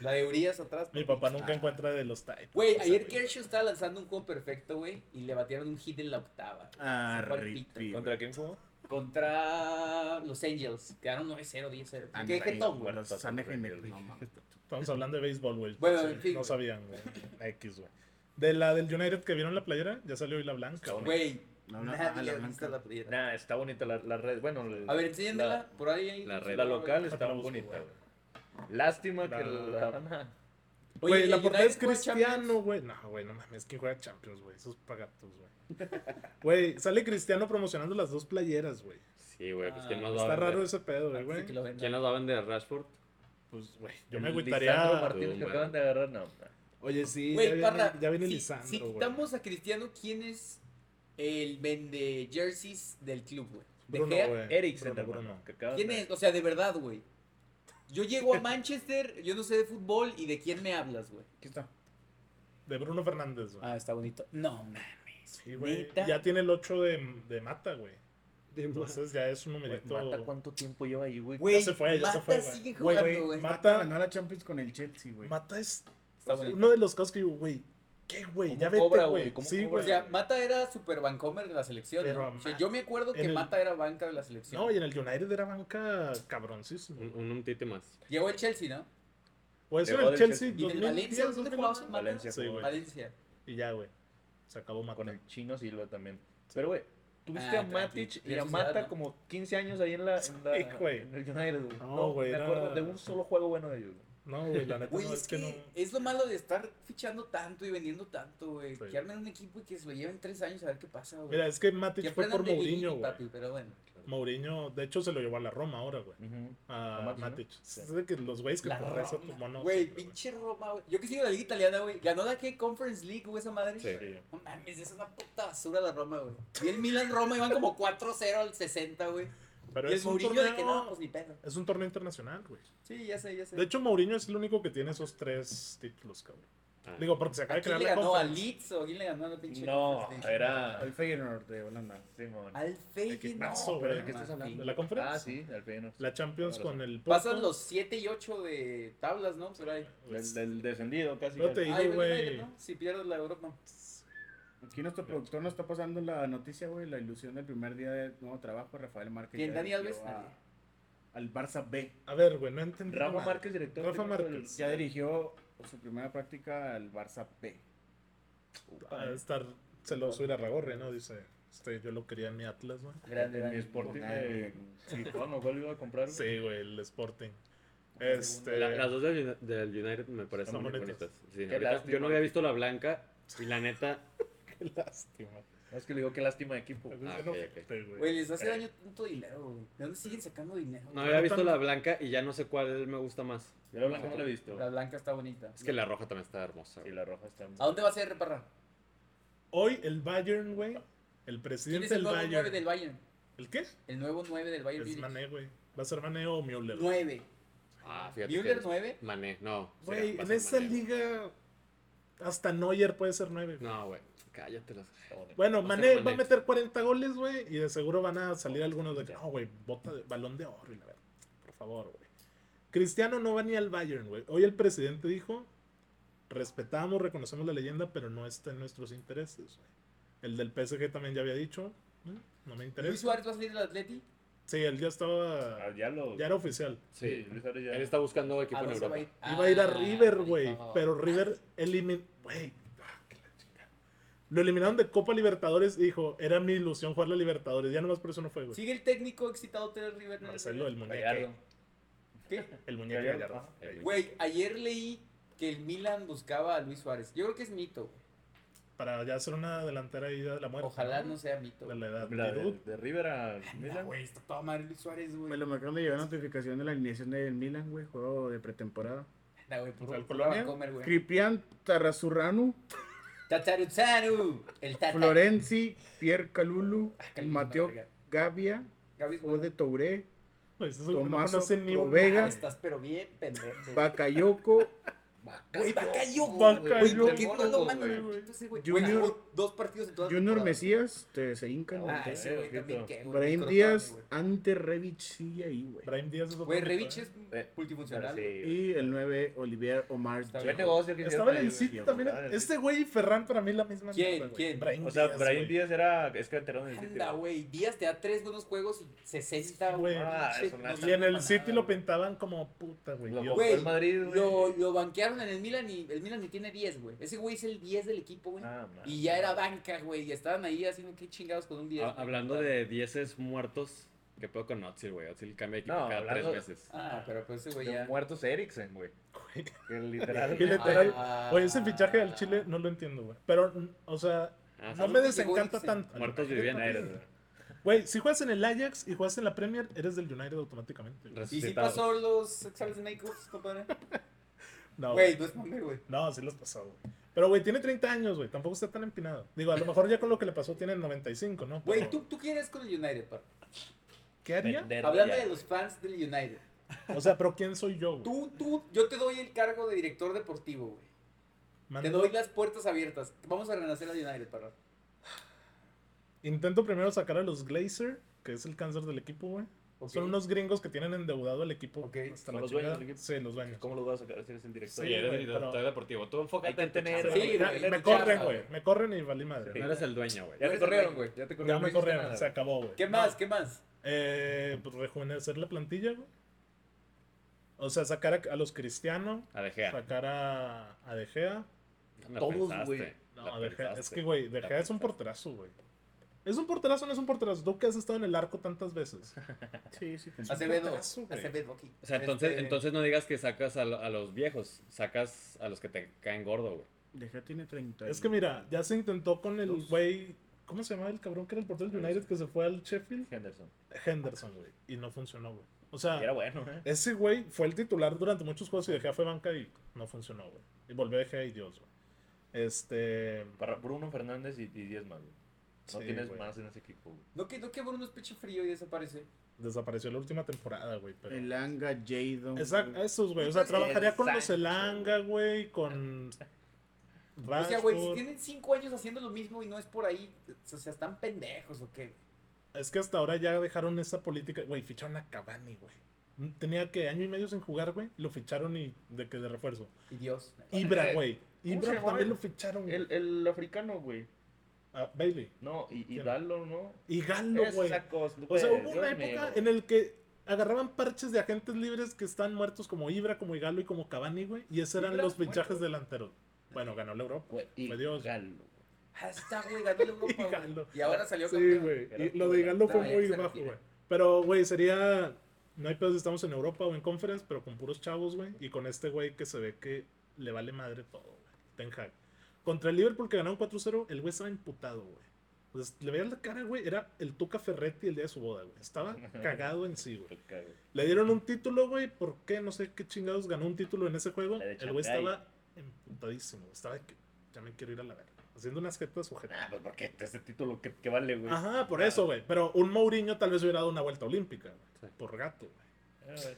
Speaker 3: La de Urias atrás.
Speaker 1: Mi papá nunca encuentra de los types.
Speaker 3: Ah. Güey, ayer Kershaw estaba lanzando un juego perfecto, güey, y le batieron un hit en la octava.
Speaker 4: Ah,
Speaker 3: Se fue al
Speaker 4: ripi.
Speaker 3: pito.
Speaker 5: ¿Contra quién jugó?
Speaker 3: Contra Los Angels. Quedaron 9-0, 10-0.
Speaker 4: San
Speaker 3: ¿Qué qué top, güey?
Speaker 4: Henry, San Henry.
Speaker 2: No mames.
Speaker 1: Estamos hablando de béisbol, güey.
Speaker 3: Bueno,
Speaker 1: Sí,
Speaker 3: en fin,
Speaker 1: No
Speaker 3: güey.
Speaker 1: sabían, güey. X, güey. De la del United que vieron la playera, ya salió hoy la blanca, güey.
Speaker 3: Güey,
Speaker 4: No, no, ah,
Speaker 3: nadie
Speaker 4: la
Speaker 3: ha visto
Speaker 4: blanca.
Speaker 3: la playera.
Speaker 5: Nah, está bonita la, la red. Bueno,
Speaker 3: A ver, enséñamela. Por ahí hay.
Speaker 2: La
Speaker 5: la,
Speaker 2: red.
Speaker 5: la local
Speaker 1: Déjate
Speaker 5: está
Speaker 1: la
Speaker 5: muy
Speaker 1: busco,
Speaker 5: bonita,
Speaker 1: güey.
Speaker 5: güey. Lástima que
Speaker 1: La-
Speaker 5: la van a-
Speaker 3: Oye,
Speaker 1: Güey, la
Speaker 3: ¿y
Speaker 1: portada es
Speaker 3: United Ah, juega
Speaker 1: Cristiano, güey. No, güey, no mames, ¿quién juega Champions, güey? Esos pagatos, güey. Güey, sale Cristiano promocionando las dos playeras, güey.
Speaker 2: Sí, güey, pues ¿quién
Speaker 3: Ah,
Speaker 2: más va a
Speaker 1: Está
Speaker 2: vender?
Speaker 1: raro ese pedo, güey,
Speaker 3: Antes de pues que
Speaker 1: güey.
Speaker 3: lo vendan.
Speaker 2: ¿Quién las va a vender? ¿Rashford?
Speaker 1: Pues, güey, yo me
Speaker 5: el
Speaker 1: agüitaría.
Speaker 5: Lisandro Martínez que
Speaker 2: Tú,
Speaker 5: acaban de agarrar, no.
Speaker 1: Oye, sí, ya
Speaker 3: Güey,
Speaker 1: viene,
Speaker 3: Parra,
Speaker 1: ya viene
Speaker 3: si,
Speaker 1: Lisandro,
Speaker 3: si
Speaker 1: güey.
Speaker 3: quitamos a Cristiano, ¿quién es el vende jerseys del club, güey? ¿De
Speaker 1: Bruno,
Speaker 3: Gea?
Speaker 1: güey.
Speaker 5: Eriksen,
Speaker 1: Bruno,
Speaker 5: hermano,
Speaker 1: Bruno.
Speaker 5: que acaban
Speaker 3: ¿Quién
Speaker 5: de-
Speaker 3: es? O sea, de verdad, güey. Yo llego a Manchester, yo no sé de fútbol y de quién me hablas, güey.
Speaker 4: Aquí está.
Speaker 1: De Bruno Fernández, güey.
Speaker 3: Ah, está bonito. No, mames.
Speaker 1: Sí, güey.
Speaker 3: neta.
Speaker 1: Ya tiene el 8 de, de mata, güey. Entonces ya es un
Speaker 5: Güey,
Speaker 1: numerito.
Speaker 5: Mata, ¿cuánto tiempo lleva ahí, güey?
Speaker 3: Güey,
Speaker 1: se fue, ya se
Speaker 3: Mata
Speaker 1: fue, güey.
Speaker 3: sigue
Speaker 4: Güey,
Speaker 3: jugando,
Speaker 4: güey,
Speaker 3: güey.
Speaker 4: Mata ganó la Champions con el Chelsea, güey.
Speaker 1: Mata es
Speaker 3: Está
Speaker 1: uno de los casos que digo, güey, qué, güey?
Speaker 5: ¿Cómo
Speaker 1: Ya vete,
Speaker 5: cobra,
Speaker 1: güey.
Speaker 5: güey? ¿Cómo
Speaker 1: Sí,
Speaker 5: cobra?
Speaker 1: güey.
Speaker 3: O sea, Mata era super bancomer de la selección. ¿no?
Speaker 1: Pero
Speaker 3: O sea,
Speaker 1: Mata-
Speaker 3: yo me acuerdo que
Speaker 1: en el-
Speaker 3: Mata era banca de la selección.
Speaker 1: No, y en el United era banca cabroncísimo.
Speaker 3: Mm.
Speaker 2: Un, un, un tite más.
Speaker 3: Llegó el Chelsea, ¿no?
Speaker 1: Puede ser
Speaker 5: Llegó
Speaker 1: el
Speaker 5: del
Speaker 1: Chelsea.
Speaker 5: Chelsea.
Speaker 3: Y en el
Speaker 1: 2010,
Speaker 3: Valencia, ¿dónde
Speaker 1: 2011.
Speaker 3: jugabas en
Speaker 5: Valencia.
Speaker 1: Sí, güey.
Speaker 3: Valencia.
Speaker 1: Y ya, güey. Se acabó
Speaker 5: Con
Speaker 1: matando.
Speaker 5: el chino Silva también. Pero, güey, tuviste
Speaker 3: Ah,
Speaker 5: a Matic
Speaker 3: tranqui-
Speaker 5: y a
Speaker 3: Real Sociedad,
Speaker 5: Mata
Speaker 3: ¿no?
Speaker 5: como 15 años ahí en la. En, la-
Speaker 1: Sí, güey.
Speaker 5: en el United, güey.
Speaker 1: No,
Speaker 5: No,
Speaker 1: güey,
Speaker 5: Me
Speaker 1: era-
Speaker 5: acuerdo de un solo juego bueno de ellos. güey.
Speaker 1: No, güey, la neta
Speaker 3: Güey,
Speaker 1: no,
Speaker 3: es, que, es lo malo de estar fichando tanto y vendiendo tanto, güey.
Speaker 1: Sí.
Speaker 3: Que armen un equipo y que se lo lleven tres años a ver qué pasa, güey.
Speaker 1: Mira, es que Matic
Speaker 3: Que
Speaker 1: fue
Speaker 3: aprendan
Speaker 1: por
Speaker 3: de Lilini,
Speaker 1: Mourinho, güey.
Speaker 3: papi, pero bueno.
Speaker 1: Mourinho, de hecho, se lo llevó a la Roma ahora, güey.
Speaker 5: Ujú.
Speaker 1: A
Speaker 5: A Matic, ¿no?
Speaker 1: Matic.
Speaker 5: Sí.
Speaker 1: Es de que los güeyes que
Speaker 3: La
Speaker 1: por eso pues,
Speaker 3: Roma.
Speaker 1: tus monos.
Speaker 3: Güey,
Speaker 1: siempre,
Speaker 3: pinche Roma, güey. Yo que sigo la liga italiana, güey. ¿Ganó la qué? Conference League, güey, esa madre.
Speaker 2: Sí.
Speaker 3: No mames, es una puta basura la Roma, güey. Y el Milan-Roma iban como 4-0 al 60, güey.
Speaker 1: Pero
Speaker 3: y
Speaker 1: es
Speaker 3: el
Speaker 1: un,
Speaker 3: Mourinho de que no,
Speaker 1: torneo,
Speaker 3: pues ni pedo.
Speaker 1: es un torneo internacional, güey.
Speaker 3: Sí, ya sé, ya sé.
Speaker 1: De hecho, Mourinho es el único que tiene esos tres títulos, cabrón.
Speaker 2: Ah.
Speaker 1: Digo, porque se acaba
Speaker 3: ¿A
Speaker 1: de
Speaker 3: quién
Speaker 1: crear la
Speaker 3: le ganó? ¿A
Speaker 1: Conference.
Speaker 3: Leeds o quién le ganó a la pinche
Speaker 5: No,
Speaker 3: Conference League?
Speaker 5: era.
Speaker 4: Al Feyenoord de Holanda.
Speaker 5: Simón.
Speaker 3: Al
Speaker 1: ¿De qué
Speaker 3: Feyenoord.
Speaker 1: pasó,
Speaker 3: no,
Speaker 1: güey?
Speaker 3: no
Speaker 1: ¿De qué
Speaker 3: mames.
Speaker 5: estás hablando?
Speaker 1: ¿De la Conference?
Speaker 5: Ah, sí, al Feyenoord.
Speaker 1: La Champions con el Porto.
Speaker 3: Pasan los 7 y 8 de tablas, ¿no? Por ahí.
Speaker 1: Pues,
Speaker 5: Del, del descendido casi.
Speaker 1: Yo te
Speaker 5: casi.
Speaker 1: digo,
Speaker 3: Ay, bueno,
Speaker 1: güey.
Speaker 3: ¿no? Si pierdes la Europa.
Speaker 4: Aquí nuestro productor nos está pasando la noticia, güey, la ilusión del primer día de nuevo trabajo, Rafael Márquez.
Speaker 3: ¿Quién,
Speaker 4: ya
Speaker 3: Dani
Speaker 4: dirigió
Speaker 3: Alves?
Speaker 4: a-
Speaker 3: Nadie.
Speaker 4: Al Barça B.
Speaker 1: A ver, güey, no entendí.
Speaker 5: Rafa
Speaker 1: nada.
Speaker 5: Márquez, director.
Speaker 1: Rafa
Speaker 5: técnico del-
Speaker 1: Márquez.
Speaker 4: Ya dirigió pues, su primera práctica al Barça B.
Speaker 1: Va a estar, se lo sube a Ragorre, ¿no? Dice, este, yo lo quería en mi Atlas, güey.
Speaker 3: Grande,
Speaker 5: Mi
Speaker 3: grande.
Speaker 5: Sporting
Speaker 4: Nadie.
Speaker 5: de Gijón, ¿o cuál iba a comprar? güey?
Speaker 1: Sí, güey, el Sporting. Este,
Speaker 2: La- las dos del, Uni- del United me parecen
Speaker 1: Están
Speaker 2: muy
Speaker 1: bonitas.
Speaker 2: bonitas. Sí,
Speaker 5: Qué
Speaker 2: ahorita
Speaker 5: lástima.
Speaker 2: yo no había visto la blanca y la neta.
Speaker 1: qué lástima.
Speaker 5: No, Es que le digo qué lástima de equipo.
Speaker 1: Yo
Speaker 2: Ah,
Speaker 1: no
Speaker 2: ok,
Speaker 1: fíjate, güey. Eh.
Speaker 3: Güey, les hace daño tanto dinero, güey. ¿De dónde siguen sacando dinero?
Speaker 2: No
Speaker 1: Pero
Speaker 2: había
Speaker 1: no
Speaker 2: visto
Speaker 1: tan-
Speaker 2: la blanca y ya no sé cuál me gusta más.
Speaker 5: Yo la blanca no la he visto. Ah,
Speaker 3: La blanca está bonita.
Speaker 2: Es que la roja también está hermosa.
Speaker 5: Y
Speaker 2: güey.
Speaker 5: la roja está muy...
Speaker 3: ¿A dónde va a ser reparar?
Speaker 1: Hoy el Bayern, güey, el
Speaker 3: ¿Quién
Speaker 1: presidente
Speaker 3: es
Speaker 1: del
Speaker 3: el nuevo 9
Speaker 1: Bayern.
Speaker 3: del Bayern?
Speaker 1: ¿El qué?
Speaker 3: El nuevo 9 del Bayern.
Speaker 1: Es
Speaker 3: Múnich.
Speaker 1: Mané, güey. Va a ser Mané o Müller.
Speaker 3: 9.
Speaker 2: Ah, fíjate. que-
Speaker 3: ¿Müller 9?
Speaker 2: Mané, no.
Speaker 1: Güey,
Speaker 2: será- va a
Speaker 1: en
Speaker 2: ser
Speaker 1: esa
Speaker 2: Mané, güey.
Speaker 1: liga hasta Neuer puede ser 9.
Speaker 2: No, güey. Cállate las.
Speaker 1: Bueno,
Speaker 2: Va a ser
Speaker 1: Mané va a
Speaker 2: Mané.
Speaker 1: meter 40 goles, güey, y de seguro van a salir algunos de que, no, güey, bota de balón de oro, y la verdad. Por favor, güey. Cristiano no va ni al Bayern, güey. Hoy el presidente dijo, respetamos, reconocemos la leyenda, pero no está en nuestros intereses, güey. El del PSG también ya había dicho, "Mm, no me
Speaker 3: ¿Luis
Speaker 1: interesa.
Speaker 3: Suárez va a salir del Atleti?
Speaker 1: Sí, él ya
Speaker 5: Ah,
Speaker 1: estaba,
Speaker 5: ya lo...
Speaker 1: ya era oficial.
Speaker 2: Sí.
Speaker 5: Luis Suárez ya-
Speaker 2: Él está buscando
Speaker 3: ¿A
Speaker 2: equipo en
Speaker 3: dónde Ah, se va
Speaker 2: Europa.
Speaker 3: a ir?
Speaker 1: Iba a ir a
Speaker 3: Ah,
Speaker 1: River, güey.
Speaker 3: marico.
Speaker 1: Pero River eliminó. Güey. ah, qué la chingada. Lo eliminaron de Copa Libertadores y dijo, era mi ilusión jugar la Libertadores. Ya nomás por eso no fue, güey.
Speaker 3: Ah, ¿Sigue el técnico excitado Teres River? ¿no?
Speaker 1: Marcelo, el muñeco.
Speaker 5: Gallardo.
Speaker 3: ¿Qué?
Speaker 1: El muñeco
Speaker 5: Gallardo, Ah.
Speaker 1: Gallardo.
Speaker 5: ajá.
Speaker 1: El güey.
Speaker 3: Güey, ayer leí que el Milan buscaba a Luis Suárez. Yo creo que es mito. güey.
Speaker 1: Para ya hacer una delantera ahí de la muerte.
Speaker 3: Ojalá no sea mito.
Speaker 1: De la edad.
Speaker 5: Mira, de,
Speaker 1: Giroud,
Speaker 5: de River a
Speaker 3: Mira,
Speaker 5: Milan.
Speaker 3: Ah, güey, está toda madre Luis Suárez, güey.
Speaker 4: Me lo me acaban de llegar notificación de la alineación del Milan, güey, juego de pretemporada.
Speaker 3: Anda, güey, puro-
Speaker 1: ¿Al
Speaker 3: puro
Speaker 1: Colonia?
Speaker 3: Vancomer, güey.
Speaker 4: Cripian Tarazurranu,
Speaker 3: Tataruzanu, el Tata.
Speaker 4: Florenzi, Pierre Calulu,
Speaker 3: Calulu,
Speaker 4: Mateo
Speaker 3: la Ah, verga.
Speaker 4: Gavia,
Speaker 3: Gaby es bueno.
Speaker 4: Ode Touré,
Speaker 1: pues, eso no
Speaker 4: Tomaso
Speaker 1: conocen ni un-
Speaker 4: Provega.
Speaker 3: Ah, Estás pero bien, pendejo.
Speaker 4: Bakayoko,
Speaker 3: Güey, Bacayo, güey.
Speaker 1: Bacayo,
Speaker 3: Güey, ¿por qué no lo
Speaker 2: güey.
Speaker 3: mandan? Entonces, güey,
Speaker 4: Junior-
Speaker 3: güey, jugó dos partidos en toda la
Speaker 4: Junior
Speaker 3: temporada.
Speaker 4: Mesías, te se hincan.
Speaker 5: Ah,
Speaker 3: Ah,
Speaker 4: güey.
Speaker 3: ese güey
Speaker 5: Ojito.
Speaker 3: también qué, güey.
Speaker 4: Brahim
Speaker 3: Crotone,
Speaker 4: Díaz,
Speaker 3: güey.
Speaker 4: Ante Revich, sigue ahí, güey.
Speaker 1: Brain Díaz es otro
Speaker 3: Güey,
Speaker 1: tipo,
Speaker 3: Revich
Speaker 1: ¿eh?
Speaker 3: es
Speaker 5: Eh,
Speaker 3: multifuncional. güey.
Speaker 5: Sí.
Speaker 4: Y el 9, Olivier Omar.
Speaker 3: Está
Speaker 5: Buen
Speaker 3: bien.
Speaker 4: Diallo.
Speaker 5: negocio que
Speaker 1: Estaba en
Speaker 5: hicieron
Speaker 1: el
Speaker 5: ahí,
Speaker 1: City
Speaker 5: güey.
Speaker 1: también.
Speaker 5: Ah,
Speaker 1: Este güey y Ferran para mí la misma.
Speaker 3: ¿Quién?
Speaker 1: mierda, güey.
Speaker 3: ¿Quién?
Speaker 1: Brahim
Speaker 5: O sea,
Speaker 1: Díaz,
Speaker 5: Brahim
Speaker 1: güey.
Speaker 5: Díaz era... Es canterano del City.
Speaker 3: Anda, güey. Díaz te da tres buenos juegos y 60,
Speaker 1: Güey.
Speaker 3: güey.
Speaker 5: Ah,
Speaker 3: Sí,
Speaker 5: eso
Speaker 3: no
Speaker 5: nada.
Speaker 3: sé.
Speaker 1: Y en el
Speaker 3: Nada,
Speaker 1: City lo
Speaker 3: güey.
Speaker 1: pintaban como puta, güey.
Speaker 5: Lo
Speaker 1: Dios.
Speaker 5: compró
Speaker 3: Güey,
Speaker 5: el Madrid, güey.
Speaker 3: Lo, lo banquearon en el Milan y el Milan ni tiene 10, güey. Ese güey es el 10 del equipo, güey.
Speaker 5: Ah, Ah, man.
Speaker 3: y ya era banca, güey. Y estaban ahí haciendo qué chingados con un 10.
Speaker 2: Ha-
Speaker 3: güey.
Speaker 2: Ah, Hablando de dieces muertos, ¿qué puedo con Otsil, güey? Otsil cambia de equipo
Speaker 5: No,
Speaker 2: cada tres
Speaker 5: hablando-
Speaker 2: meses.
Speaker 3: Ah, pero pues ese güey
Speaker 5: De
Speaker 3: ya.
Speaker 5: muertos Eriksen, güey. Que literal...
Speaker 1: Y literal,
Speaker 3: Ah.
Speaker 1: Oye, ese fichaje del Chile no lo entiendo, güey. Pero, mm, o sea,
Speaker 2: Ah,
Speaker 1: no
Speaker 3: Algo
Speaker 1: me
Speaker 3: que
Speaker 1: desencanta
Speaker 3: llegó
Speaker 1: tanto.
Speaker 2: Muertos vivían
Speaker 5: Ah,
Speaker 2: aires,
Speaker 5: güey.
Speaker 1: Güey, si juegas en el Ajax y juegas en la Premier, eres del United automáticamente. güey.
Speaker 3: ¿Y si
Speaker 2: Resucitados.
Speaker 3: pasó los exámenes de make-ups, compadre?
Speaker 1: No,
Speaker 3: Güey, no es mame, güey.
Speaker 1: no, sí los pasó, güey. Pero, güey, tiene 30 años, güey. Tampoco está tan empinado. Digo, a lo mejor ya con lo que le pasó tiene 95, ¿no?
Speaker 3: Güey,
Speaker 1: Pero,
Speaker 3: ¿tú, ¿tú qué eres con el United, par?
Speaker 1: ¿Qué haría?
Speaker 5: Vender
Speaker 3: Hablando
Speaker 5: ya.
Speaker 3: de los fans del United.
Speaker 1: O sea, pero ¿quién soy yo, güey?
Speaker 3: Tú, tú, yo te doy el cargo de director deportivo, güey. Te
Speaker 1: Mando-
Speaker 3: doy las puertas abiertas. Vamos a renacer al United, parra.
Speaker 1: Intento primero sacar a los Glazer, que es el cáncer del equipo, güey.
Speaker 3: Ok.
Speaker 1: Son unos gringos que tienen endeudado el equipo.
Speaker 3: Ok.
Speaker 1: Hasta la
Speaker 5: Son los dueños
Speaker 1: chingada.
Speaker 5: del equipo.
Speaker 1: Sí, los dueños.
Speaker 5: ¿Cómo los vas a sacar si eres el director?
Speaker 1: Sí,
Speaker 2: Oye, eres
Speaker 1: güey,
Speaker 2: director
Speaker 1: pero-
Speaker 2: deportivo. Tú enfócate
Speaker 5: Hay que
Speaker 2: en tu
Speaker 5: tener-
Speaker 2: chamba.
Speaker 3: Sí,
Speaker 1: Ya,
Speaker 3: güey,
Speaker 1: me
Speaker 3: eres chafa,
Speaker 1: corren,
Speaker 3: güey.
Speaker 1: güey. Me corren y valí madre.
Speaker 5: Sí.
Speaker 2: No eres el dueño, güey.
Speaker 5: Ya
Speaker 3: Ya
Speaker 5: te
Speaker 3: te corrieron,
Speaker 5: corrieron,
Speaker 3: güey. Ya te
Speaker 1: Ya
Speaker 3: corrieron. no
Speaker 1: me
Speaker 3: hiciste
Speaker 1: corrieron.
Speaker 3: nada.
Speaker 1: Se acabó, güey.
Speaker 3: ¿Qué más? ¿Qué más?
Speaker 1: Eh, pues, rejuvenecer la plantilla, güey. O sea, sacar a, a los cristianos,
Speaker 2: A De Gea.
Speaker 1: sacar a, a De Gea.
Speaker 2: La
Speaker 5: Todos,
Speaker 2: pensaste,
Speaker 5: güey.
Speaker 1: No,
Speaker 2: la
Speaker 1: a De Gea- Es
Speaker 2: pensaste.
Speaker 1: que, güey, De
Speaker 2: La
Speaker 1: Gea es un
Speaker 2: pensaste.
Speaker 1: porterazo, güey. Es un porterazo, no es un porterazo. Tú que has estado en el arco tantas veces.
Speaker 4: Sí, sí.
Speaker 1: Es un
Speaker 3: Acevedo.
Speaker 1: porterazo, güey.
Speaker 3: Acevedo, aquí.
Speaker 2: O sea, entonces,
Speaker 3: Este,
Speaker 2: entonces no digas que sacas a, lo- a los viejos, sacas a los que te caen gordo, güey.
Speaker 4: Deja tiene 30.
Speaker 1: Es que mira, ya se intentó con el
Speaker 5: Dos.
Speaker 1: güey. ¿Cómo se llamaba el cabrón que era el portero del United que se fue al Sheffield?
Speaker 5: Henderson.
Speaker 1: Henderson, güey. Y no funcionó, güey. O
Speaker 3: Ah.
Speaker 5: Y era
Speaker 1: sea,
Speaker 5: bueno, ¿eh?
Speaker 1: ese güey fue el titular durante muchos juegos y dejé a fue banca y no funcionó, güey. Y volvió a dejar y Dios, güey. Este.
Speaker 5: Para Bruno Fernández y, y 10 más, güey. No
Speaker 1: sí,
Speaker 5: tienes
Speaker 1: güey.
Speaker 5: más en ese equipo, güey.
Speaker 3: No que, no que Bruno es pecho frío y desapareció.
Speaker 1: Desapareció la última temporada, güey. Pero...
Speaker 4: Elanga, Jadon. eh,
Speaker 1: Exacto, esos, güey. O sea,
Speaker 3: El
Speaker 1: trabajaría con los
Speaker 5: Sancho,
Speaker 1: Elanga, güey, con.
Speaker 3: O sea, güey, si
Speaker 1: Rashford.
Speaker 3: tienen cinco años haciendo lo mismo y no es por ahí, o sea, están pendejos o qué.
Speaker 1: Es que hasta ahora ya dejaron esa política. Güey, ficharon a Cavani, güey. Tenía que año y medio sin jugar, güey. Lo ficharon y de que de refuerzo.
Speaker 3: Y Dios.
Speaker 1: Ibra, güey.
Speaker 5: Eh, se
Speaker 1: Ibra
Speaker 5: llamaba
Speaker 1: también
Speaker 5: el-
Speaker 1: lo ficharon. güey.
Speaker 5: El, el africano, güey.
Speaker 1: Ah, Bailey.
Speaker 5: No, y, y
Speaker 1: ¿Quién?
Speaker 5: Dalo, ¿no?
Speaker 1: Y Galo,
Speaker 5: Esa
Speaker 1: güey.
Speaker 5: cosa,
Speaker 1: O sea,
Speaker 5: güey,
Speaker 1: hubo una
Speaker 5: Pues, Dios mío.
Speaker 1: época en el que agarraban parches de agentes libres que están muertos como Ibra, como Igalo y como Cavani, güey. Y esos eran
Speaker 3: Ibra,
Speaker 1: los fichajes delanteros. Bueno, ganó la Europa.
Speaker 5: Güey, y
Speaker 1: Fue Dios.
Speaker 5: Galo.
Speaker 3: Ah, está, güey, ganó la Europa, güey.
Speaker 1: Ganó.
Speaker 3: Y ahora salió
Speaker 1: Sí,
Speaker 3: campeón.
Speaker 1: güey.
Speaker 5: Era
Speaker 1: Y Lo
Speaker 5: todo
Speaker 1: de
Speaker 5: la-
Speaker 1: Galo fue
Speaker 3: Ah, ya
Speaker 1: muy
Speaker 3: se
Speaker 1: bajo,
Speaker 3: retira.
Speaker 1: güey. Pero, güey, sería. No hay pedos si estamos en Europa o en conference, pero con puros chavos, güey. Y con este güey que se ve que le vale madre todo, güey. Ten Hag. Contra el Liverpool que ganaron 4-0, el güey estaba emputado, güey. Pues le veías la cara, güey. Era el Tuca Ferretti el día de su boda, güey. Estaba cagado en sí, güey.
Speaker 5: Qué cague.
Speaker 1: Le dieron un título, güey. ¿Por qué? No sé qué chingados ganó un título en ese juego.
Speaker 5: La de
Speaker 1: El güey
Speaker 5: Shanghái.
Speaker 1: estaba emputadísimo. güey. Estaba de que ya me quiero ir a la verga. Haciendo unas jetas
Speaker 5: Ah,
Speaker 1: ojeras.
Speaker 5: pues porque ese título que, que vale, güey.
Speaker 1: Ajá, por eso, güey. Pero un Mourinho tal vez hubiera dado una vuelta olímpica. güey. Por gato, güey.
Speaker 5: Ah, güey.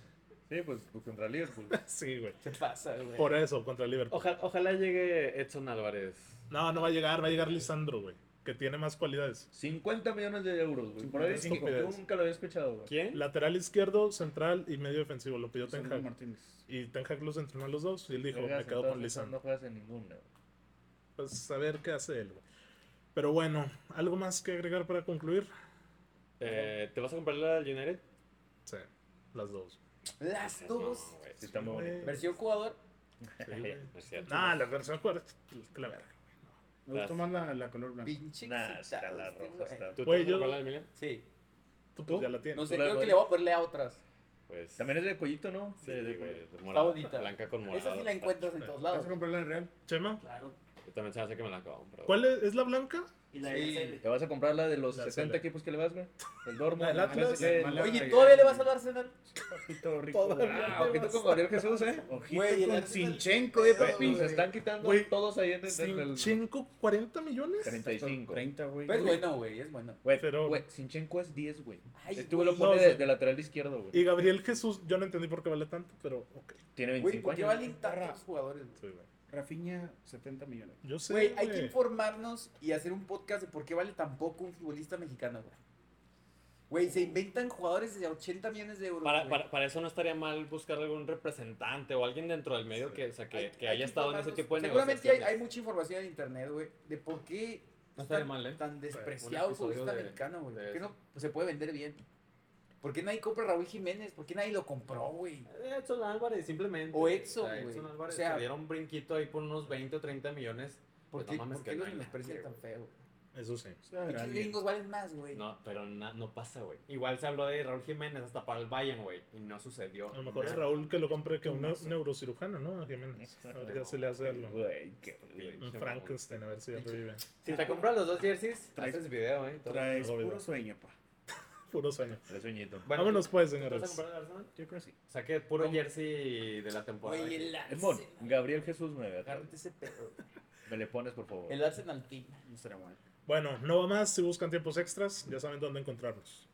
Speaker 6: Sí, pues pues, contra Liverpool.
Speaker 1: Sí, güey.
Speaker 3: ¿Qué pasa, güey?
Speaker 1: Por eso, contra el
Speaker 5: Oh.
Speaker 1: Liverpool.
Speaker 2: Oja- ojalá llegue Edson Álvarez.
Speaker 1: No, no va a llegar, va a llegar Lisandro, güey. Que tiene más cualidades.
Speaker 6: 50 millones de euros, güey. Por ahí
Speaker 1: Cinco
Speaker 6: dijo, yo
Speaker 1: millones.
Speaker 6: nunca lo había escuchado, güey.
Speaker 2: ¿Quién?
Speaker 1: Lateral izquierdo, central y medio defensivo. Lo pidió Ten
Speaker 4: Sandro
Speaker 1: Hag.
Speaker 4: Martínez.
Speaker 1: Y Ten Hag los entrenó a los dos. Y él dijo, me
Speaker 5: Vergas,
Speaker 1: quedo con
Speaker 5: entonces,
Speaker 1: Lisandro.
Speaker 5: No juegas en ninguna, güey.
Speaker 1: Pues a ver qué hace él, güey. Pero bueno, ¿algo más que agregar para concluir?
Speaker 2: Eh, ¿Te vas a comprar la del United?
Speaker 1: Sí, las dos.
Speaker 3: Las dos.
Speaker 2: No, güey,
Speaker 5: Sí,
Speaker 2: sí,
Speaker 5: está muy
Speaker 1: güey.
Speaker 5: bonito.
Speaker 3: Versión jugador.
Speaker 2: sí, güey, no es cierto.
Speaker 1: Ah, la versión jugador. Que la verga.
Speaker 4: Me gustó más la, la color blanca.
Speaker 3: Pinche.
Speaker 5: Nah, está
Speaker 3: excitado
Speaker 5: la
Speaker 3: este,
Speaker 5: roja.
Speaker 3: güey.
Speaker 5: Está...
Speaker 2: ¿Tú te
Speaker 1: Güey,
Speaker 2: vas a
Speaker 1: yo-
Speaker 2: comprar la del Milan?
Speaker 3: Sí.
Speaker 1: Tú, pues, ya la tienes.
Speaker 3: No sé,
Speaker 5: la
Speaker 3: creo que
Speaker 5: doy.
Speaker 3: le voy a ponerle a otras.
Speaker 2: Pues.
Speaker 5: También es de cuellito, ¿no?
Speaker 2: Sí,
Speaker 5: De- de-
Speaker 2: güey, de morado,
Speaker 3: bonita.
Speaker 2: Blanca con morado.
Speaker 3: Esa sí la encuentras en todos
Speaker 4: ¿Vas a
Speaker 3: lados.
Speaker 4: comprarla en Real?
Speaker 1: Chema,
Speaker 7: Claro.
Speaker 2: Yo también se me hace que me la compro.
Speaker 1: ¿cuál es, es la blanca?
Speaker 7: Y la
Speaker 3: Sí.
Speaker 7: de
Speaker 5: ¿Te vas a comprar la de los
Speaker 1: La
Speaker 5: 70
Speaker 1: sale.
Speaker 5: equipos que le vas, güey? El Dortmund.
Speaker 1: La del Atlas.
Speaker 5: el-
Speaker 4: Mala-
Speaker 3: Oye,
Speaker 4: Ay,
Speaker 3: ¿todavía
Speaker 4: ay,
Speaker 3: le vas al Arsenal?
Speaker 4: Ojito rico.
Speaker 3: Todavía.
Speaker 5: Ah, ojito con Gabriel Jesús, ¿eh?
Speaker 4: Ojito
Speaker 3: Güey, el
Speaker 4: con
Speaker 3: Arsenal-
Speaker 4: Sinchenko, eh,
Speaker 3: Güey,
Speaker 4: papi.
Speaker 5: Se están quitando
Speaker 1: Güey,
Speaker 5: todos ahí en el... en el-
Speaker 1: ¿Sinchenko 40 millones?
Speaker 5: 35.
Speaker 4: 30, eh, güey.
Speaker 3: Pero es Pues bueno, güey, es bueno.
Speaker 5: Güey,
Speaker 1: Pero-
Speaker 5: güey, Sinchenko es 10, güey.
Speaker 3: Ay,
Speaker 5: Estuvo lo
Speaker 3: güey.
Speaker 5: pone
Speaker 1: No,
Speaker 5: de,
Speaker 1: sí.
Speaker 5: de lateral izquierdo,
Speaker 1: Y
Speaker 5: güey.
Speaker 1: Gabriel Jesús, yo no entendí por qué vale tanto, pero ok.
Speaker 5: Tiene
Speaker 3: Güey,
Speaker 5: 25
Speaker 3: ¿por qué
Speaker 5: años.
Speaker 3: valen tantos jugadores? güey?
Speaker 1: sí, güey.
Speaker 4: Rafinha, 70 millones.
Speaker 1: Yo sé.
Speaker 3: Güey, hay
Speaker 1: güey.
Speaker 3: que informarnos y hacer un podcast de por qué vale tan poco un futbolista mexicano, güey. Güey, se inventan jugadores de 80 millones de euros.
Speaker 2: Para,
Speaker 3: güey.
Speaker 2: para, para eso no estaría mal buscar algún representante o alguien dentro del medio que, o sea, que,
Speaker 3: Hay-
Speaker 2: que
Speaker 3: hay
Speaker 2: haya estado en ese
Speaker 3: informarnos.
Speaker 2: tipo de
Speaker 3: Seguramente hay, hay
Speaker 2: negociaciones.
Speaker 3: mucha información en internet, güey, de por qué está
Speaker 2: No estaría mal, ¿eh?
Speaker 3: tan despreciado el
Speaker 2: un episodio
Speaker 3: futbolista
Speaker 2: de-
Speaker 3: mexicano, güey.
Speaker 2: de
Speaker 3: ¿Por qué
Speaker 2: eso.
Speaker 3: no se puede vender bien? ¿Por qué nadie compra a Raúl Jiménez? ¿Por qué nadie lo compró, güey?
Speaker 2: Eh, Edson Álvarez, simplemente.
Speaker 3: O Edson,
Speaker 2: sea,
Speaker 3: güey.
Speaker 2: Edson Álvarez
Speaker 3: O sea-
Speaker 2: se dieron un brinquito ahí por unos 20 o 30 millones.
Speaker 3: ¿Por
Speaker 2: Pues No
Speaker 3: qué,
Speaker 2: mames,
Speaker 3: ¿por
Speaker 2: que
Speaker 3: qué los
Speaker 2: no hay
Speaker 3: menosprecian
Speaker 2: nadie,
Speaker 3: tan
Speaker 2: güey.
Speaker 3: feo?
Speaker 1: Eso sí.
Speaker 3: Los gringos valen más, güey.
Speaker 2: No, pero na- no pasa, güey. Igual se habló de Raúl Jiménez hasta para el Bayern, güey. Y no sucedió.
Speaker 1: A lo mejor es
Speaker 2: nada.
Speaker 1: Raúl que lo compre que un neu- neurocirujano, ¿no? A Jiménez. A ver si ya se le hace algo.
Speaker 5: Güey, qué...
Speaker 1: Un Frankenstein, a ver si ya revive.
Speaker 2: Si te compras los dos jerseys,
Speaker 4: Traes-
Speaker 2: haces video, ¿eh? Todo.
Speaker 4: Traes
Speaker 1: Obvio.
Speaker 4: puro sueño, pa.
Speaker 1: Puro sueño.
Speaker 5: Tres sueñito.
Speaker 2: Bueno,
Speaker 1: Vámonos pues,
Speaker 2: ¿tú te vas a
Speaker 1: señores.
Speaker 2: comprar el Arsenal?
Speaker 4: Yo creo que sí.
Speaker 2: Saqué puro jersey de la temporada.
Speaker 3: Güey, el
Speaker 5: El Mon,
Speaker 3: Arsenal.
Speaker 5: Gabriel Jesús 9.
Speaker 3: Agárrate ese pedo.
Speaker 5: Me le pones, por favor.
Speaker 3: El Arsenal Team.
Speaker 4: No será mal.
Speaker 1: Bueno, no va más. Si buscan tiempos extras, ya saben dónde encontrarnos.